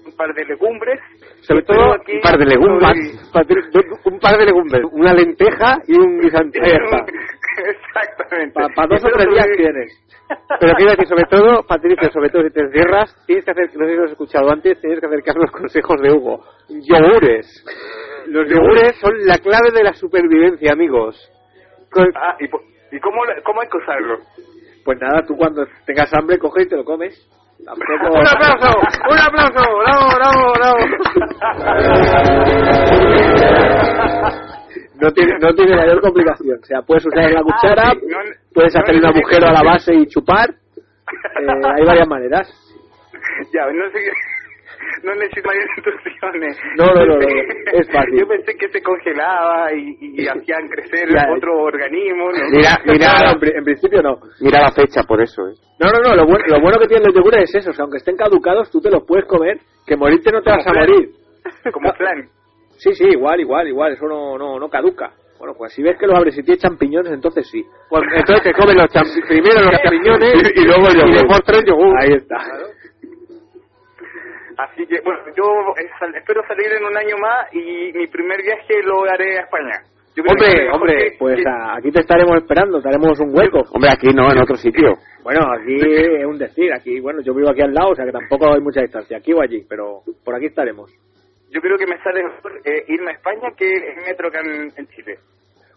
un par de legumbres.
Sobre
Y tengo
todo
aquí
un par de legumbres. Patrick, do- un par de legumbres. Una lenteja y un guisante.
Ahí está. Exactamente.
Pa- pa' dos o tres días tienes. Pero
Pero
quiero decir, sobre todo, Patricia, sobre todo si te encierras, tienes que hacer, no sé si lo has escuchado antes, tienes que acercar los consejos de Hugo. Yogures. Los yogures son la clave de la supervivencia, amigos. Con-
Ah, ¿y, po- y cómo, lo- cómo hay que usarlo?
Pues nada, tú cuando tengas hambre coges y te lo comes. Tampoco...
¡Un aplauso! ¡Un aplauso! ¡Bravo, bravo, bravo!
No tiene, no tiene mayor complicación. O sea, puedes usar la cuchara,
Ah, sí, no-
puedes
no
hacer un
le-
agujero a la base y chupar. Eh, hay varias maneras.
Ya, no sé No necesito mayores instrucciones.
No, no, no, no, es fácil.
Yo pensé que se congelaba y, y hacían crecer
Ya,
otro organismo. ¿no?
Mira,
Claro,
mira,
en, pri- en principio no.
mira la fecha por eso, ¿eh?
No, no, no, lo bueno, lo bueno que tienen los yogures es eso, que aunque estén caducados tú te los puedes comer, que morirte no te vas a
Como flan.
morir.
Como plan.
Sí, sí, igual, igual, igual, eso no, no, no caduca. Bueno, pues si ves que los abres y tiene champiñones, entonces sí.
Pues entonces te comen los champi- primero los champiñones
Y- y luego el yogur.
de postre el yogur.
Ahí está.
Así que, bueno, yo eh, sal- espero salir en un año más y mi primer viaje lo haré a España. Yo creo que-
Hombre,
porque-
hombre, pues
que-
a- aquí te estaremos esperando, te haremos un hueco.
Hombre, aquí no, en otro sitio.
Bueno, aquí es un decir, aquí, bueno, yo vivo aquí al lado, o sea que tampoco hay mucha distancia, aquí o allí, pero por aquí estaremos.
Yo creo que me sale mejor eh, irme a España que el metro acá en, en Chile.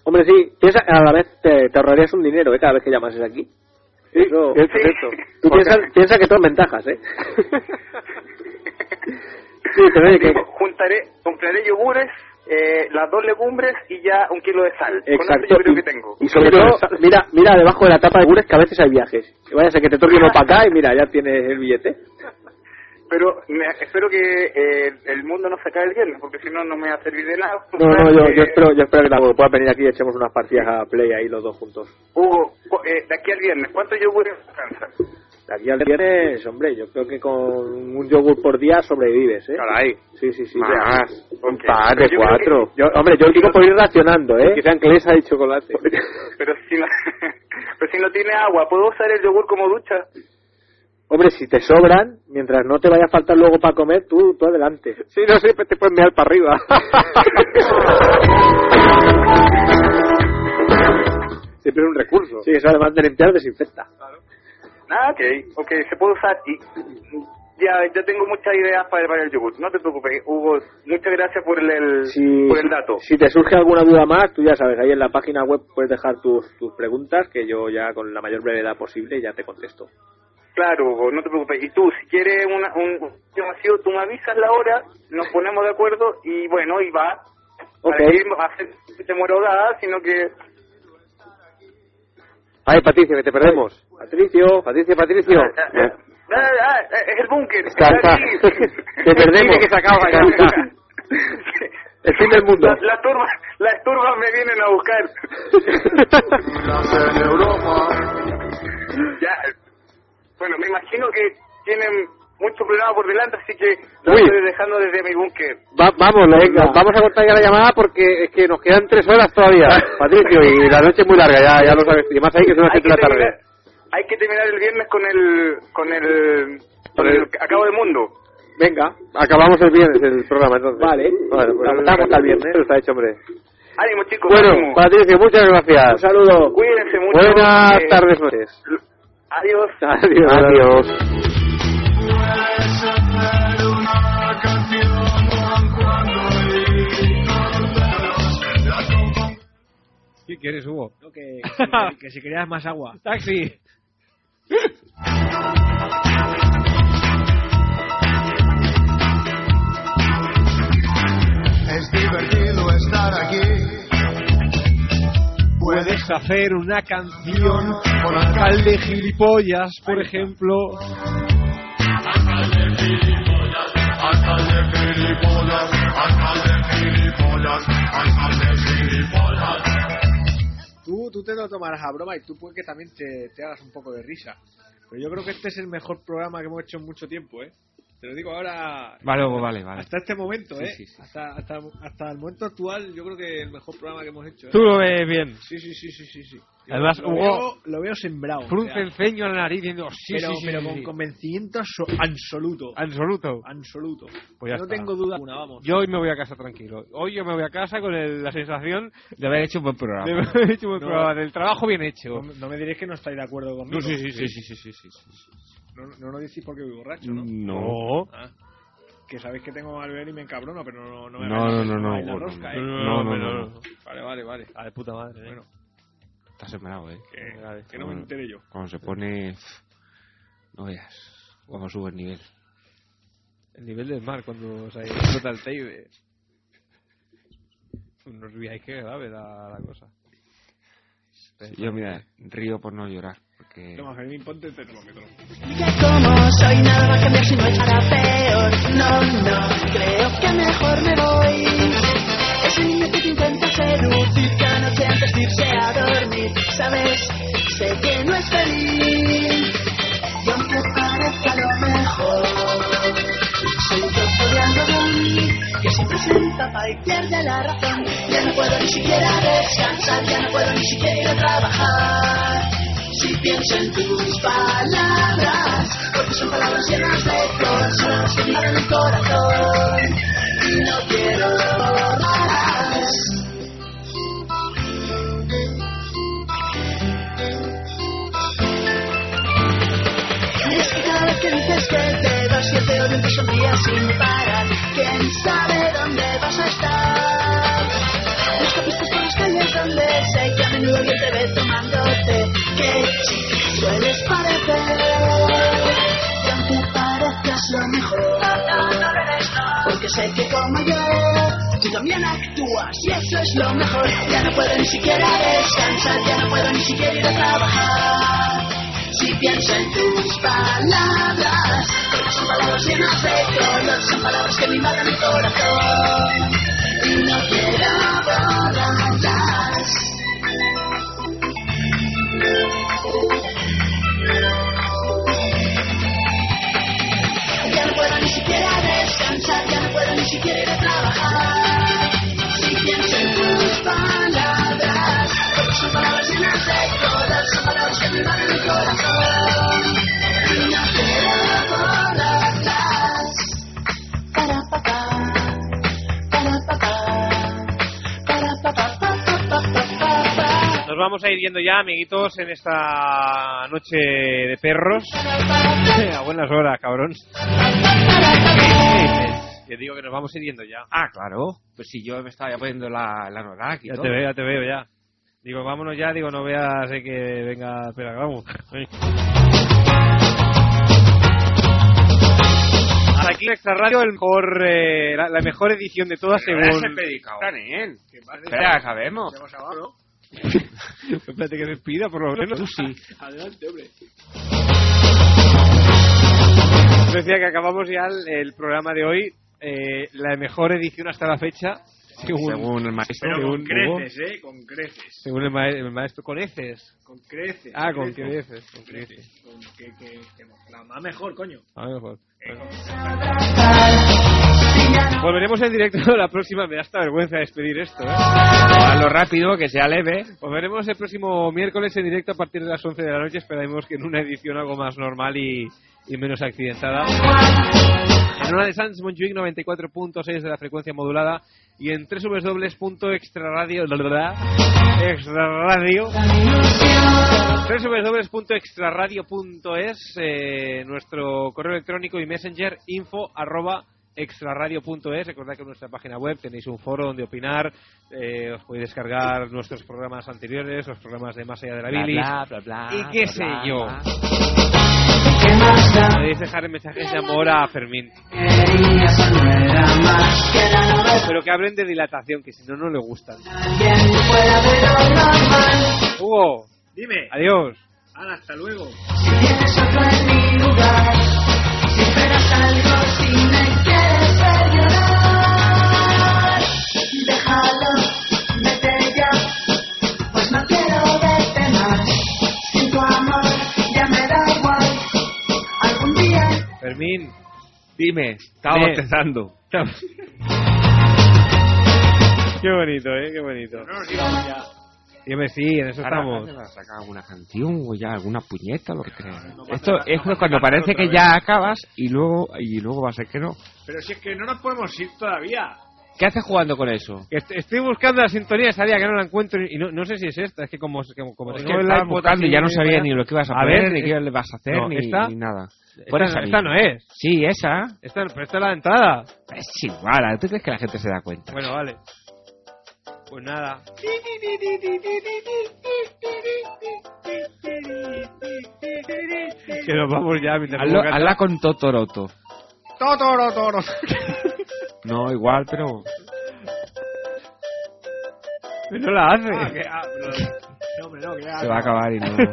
Hombre, sí, piensa, a la vez te, te ahorrarías un dinero, ¿eh? Cada vez que llamases aquí. Eso,
es
Sí.
cierto.
Tú
Porque-
piensas piensa que son ventajas, ¿eh? sí, pero oye, que...
Digo, juntaré, compraré yogures, eh, las dos legumbres y ya un kilo de sal. Con eso
Exacto.
yo creo
y-
que tengo.
Y sobre todo, mira, mira debajo de la tapa de Gures que a veces hay viajes. Que vaya a ser que te toque uno para acá y mira, ya tienes el billete.
Pero me- espero que eh, el mundo no se acabe el viernes, porque si no, no me va a servir de nada.
No, no, yo, yo
Eh,
espero, yo espero que tampoco puedas venir aquí y echemos unas partidas a play ahí los dos juntos.
Hugo, cu- eh, de aquí al viernes, ¿cuántos yogures alcanza?
De aquí al viernes, hombre, yo creo que con un yogur por día sobrevives, ¿eh?
Caray. Ah.
Sí, sí, sí.
Más. Un
Ok.
par de
Yo creo
cuatro.
Yo, hombre, yo digo por ir racionando, ¿eh?
Que sean clesa y chocolate.
Pero si no, pero si no tiene agua, ¿puedo usar el yogur como ducha?
Hombre, si te sobran, mientras no te vaya a faltar luego para comer, tú, tú adelante.
Sí, no siempre te puedes mirar para arriba.
Siempre es un recurso. Sí, eso además de limpiar, desinfecta.
Ah, ok, ok, se puede usar y ya, ya tengo muchas ideas para, para el yogur. No te preocupes, Hugo, muchas gracias por el, el-
Si,
por el dato.
si te surge alguna duda más, tú ya sabes, ahí en la página web puedes dejar tus, tus preguntas, que yo ya con la mayor brevedad posible ya te contesto.
Claro, Hugo, no te preocupes. Y tú, si quieres una, un un vacío, tú me avisas la hora, nos ponemos de acuerdo y bueno, y va.
Ok.
Para que hacer temorada, sino que
Ay, Patricio, que te perdemos.
Patricio,
Patricio, Patricio.
Ah, ah, ah, es el búnker.
Está, está.
Está aquí.
Te perdemos.
Dime que se acaba ya.
Está, está.
El fin del mundo.
Las las turbas, las turbas me vienen a buscar. Ya. Bueno, me imagino que tienen mucho programa por delante, así que lo
Uy.
estoy dejando desde mi búnker.
Va- vamos, venga, vamos a cortar ya la llamada porque es que nos quedan tres horas todavía, Patricio, y la noche es muy larga, ya, ya lo sabes. Y más ahí que son las
Hay
siete de la
que,
tarde.
terminar, hay que terminar el viernes con el con el con el acabo del mundo.
Venga,
Acabamos el viernes el programa, entonces.
Vale.
Bueno, pues,
Aguantamos hasta el viernes.
Eso está hecho, hombre.
Ánimo, chicos.
Bueno,
ánimo.
Patricio, muchas gracias.
Un saludo.
Cuídense mucho.
Buenas
eh,
tardes, noches.
Adiós.
Adiós. Adiós.
¿Qué quieres, Hugo?
Que, que- que si querías más agua.
¡Taxi!
Es divertido estar aquí.
Puedes hacer una canción con alcalde gilipollas, por ejemplo.
Tú, tú te lo tomarás a broma y tú puede que también te, te hagas un poco de risa. Pero yo creo que este es el mejor programa que hemos hecho en mucho tiempo, ¿eh? Te lo digo ahora.
Vale, Hugo, vale, vale.
Hasta este momento,
Sí,
¿eh?
sí, sí.
Hasta, hasta, hasta el momento actual, yo creo que el mejor programa que hemos hecho. ¿eh?
Tú lo ves bien.
Sí, sí, sí, sí, sí. sí. Yo
Además,
lo,
Hugo-
veo, lo veo sembrado.
Frunce
o sea,
el ceño en la nariz diciendo sí,
pero,
sí, sí,
pero
sí,
con
sí.
convencimiento so- absoluto.
Absoluto.
Absoluto.
Pues ya
no
está.
tengo duda alguna, vamos.
Yo hoy me voy a casa tranquilo. Hoy yo me voy a casa con el- la sensación
De haber hecho un buen programa.
de haber hecho un buen
No.
programa, del trabajo bien hecho.
No, no me diréis que no estáis de acuerdo conmigo.
No, sí, sí, sí, sí, sí, sí, sí, sí.
No, no lo decís porque voy borracho, ¿no?
No.
Ah, que sabéis que tengo mal ver y me encabrono, pero no, no me
No,
hagáis-
no, no, no,
hagáis la
bueno,
rosca,
no,
¿eh?
no, no, no, no.
Vale, vale, vale.
A de puta madre. ¿eh?
Bueno,
Está sembrado, ¿eh?
que, que no me
Bueno,
entere yo.
Cuando se pone... pff, No veas. Vamos, sube el nivel.
El nivel del mar cuando se explota el Teide. No os veáis que grave la, la cosa.
Yo, mira, río por no llorar. Porque...
Toma, Fermín, ponte el termómetro.
Como soy nada va a cambiar si no es para peor. No, no, creo que mejor me voy. Ese niño que te intenta seducir cada noche antes de irse a dormir. Sabes, sé que no es feliz. Y aunque parezca lo mejor, soy un trozo de algodón que siempre se empapa y pierde la razón. Ya no puedo ni siquiera descansar, ya no puedo ni siquiera ir a trabajar. Si pienso en tus palabras, porque son palabras llenas de cosas que me abren el corazón y no quiero más. Y es que cada vez que dices que te vas, yo te odio y te sonrías sin parar. ¿Quién sabe dónde vas a estar? Los tapistas por las calles donde sé que a menudo yo te ve tomándote. Que chica sueles parecer. Y aunque parezcas lo mejor, no, no lo eres, no. Porque sé que como yo, tú también actúas y eso es lo mejor. Ya no puedo ni siquiera descansar, ya no puedo ni siquiera ir a trabajar. Si pienso en tus palabras, porque son palabras llenas de color, son palabras que me invaden el corazón y no quiero borrarlas. Ya no puedo ni siquiera descansar, ya no puedo ni siquiera ir a trabajar. Si pienso en tus palabras, porque son palabras llenas de color, son palabras que me invaden el corazón y no quiero
vamos a ir yendo ya, amiguitos, en esta noche de perros. A buenas horas, cabrón. Que digo que nos vamos a ir yendo ya.
Ah, claro. Pues si yo me estaba ya poniendo la, la Norak y
Ya
todo.
te veo, ya te veo, ya. Digo, vámonos ya, digo, no veas eh, que venga, espera, vamos. Hasta aquí Extra Radio, el mejor, eh, la, la mejor edición de todas
Pero
según...
ese predicado. Está bien.
Ya
Espera, acabemos.
Espérate que despida, por lo menos.
Adelante, hombre.
Decía que acabamos ya el, el programa de hoy, eh, la mejor edición hasta la fecha, según,
Según el maestro.
según
Pero con
Hugo,
creces, ¿eh? Con creces.
según el, mae- el maestro, con heces.
Con creces.
Ah, con creces, con
Con creces. Con que, que, que la más mejor, coño.
A lo mejor.
Eh, con-
Volveremos en directo la próxima, me da hasta vergüenza despedir esto. ¿eh? A lo rápido, que sea leve. Volveremos el próximo miércoles en directo a partir de las 11 de la noche. Esperaremos que en una edición algo más normal y, y menos accidentada. En una de Sans Montjuic 94.6 de la frecuencia modulada y en www.extraradio extraradio www.extraradio.es eh, nuestro correo electrónico y messenger info arroba extraradio.es recordad que en nuestra página web tenéis un foro donde opinar eh, os podéis descargar nuestros programas anteriores los programas de más allá de la
Bla,
bilis
bla, bla, bla,
y qué
bla,
sé
bla,
yo
bla.
podéis dejar mensajes de amor a Fermín pero que hablen de dilatación que si no no le gustan Hugo
Dime.
adiós
Ala, hasta luego.
Déjalo, vete ya, pues no quiero verte más. Sin tu amor ya me da igual. Algún día
Fermín
Dime, estaba
Ve.
bostezando.
Qué bonito, ¿eh? Qué bonito. Dime, sí, en eso
Ahora,
estamos.
ahora saca alguna canción o ya alguna puñeta, lo que sea.
no,
Esto
no,
es
no,
cuando
no,
parece
otra
que
vez.
ya acabas y luego y luego va a ser que no.
Pero si es que no nos podemos ir todavía.
¿Qué haces jugando con eso?
Que est- Estoy buscando la sintonía, sabía que no la encuentro y no, no sé si es esta. Es que como, como, como
Es
tengo
que
el
estaba
iPod
buscando y
así,
ya no sabía
vaya.
ni lo que ibas a,
A
poner,
ver,
ni qué
es-
le vas a hacer,
no,
ni,
esta-
ni nada. Pon
Esta,
esa
esta
misma.
no es.
Sí, esa.
Esta, pero esta es la entrada.
Es igual, ¿tú crees que la gente se da cuenta?
Bueno, vale. Pues nada. Que nos vamos ya mientras
Hazlo-
pongo
hazla con Totoroto.
Totoro, toro.
No, igual, pero...
Pero No la hace.
Ah, que, ah, lo- no, hombre, no, que ya-
Se va a acabar y no...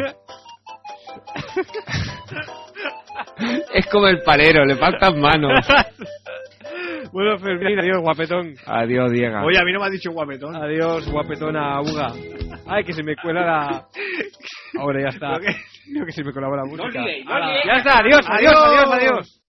es como el palero, le faltan manos.
bueno, Fermín, adiós, guapetón.
Adiós, Diego.
Oye, a mí no me has dicho guapetón.
Ah. Adiós, guapetona Uga. Ay, que se me cuela la. Ahora ya está.
Lo que-
Creo que se me colabora la música.
no
ya está, adiós, adiós, adiós, adiós.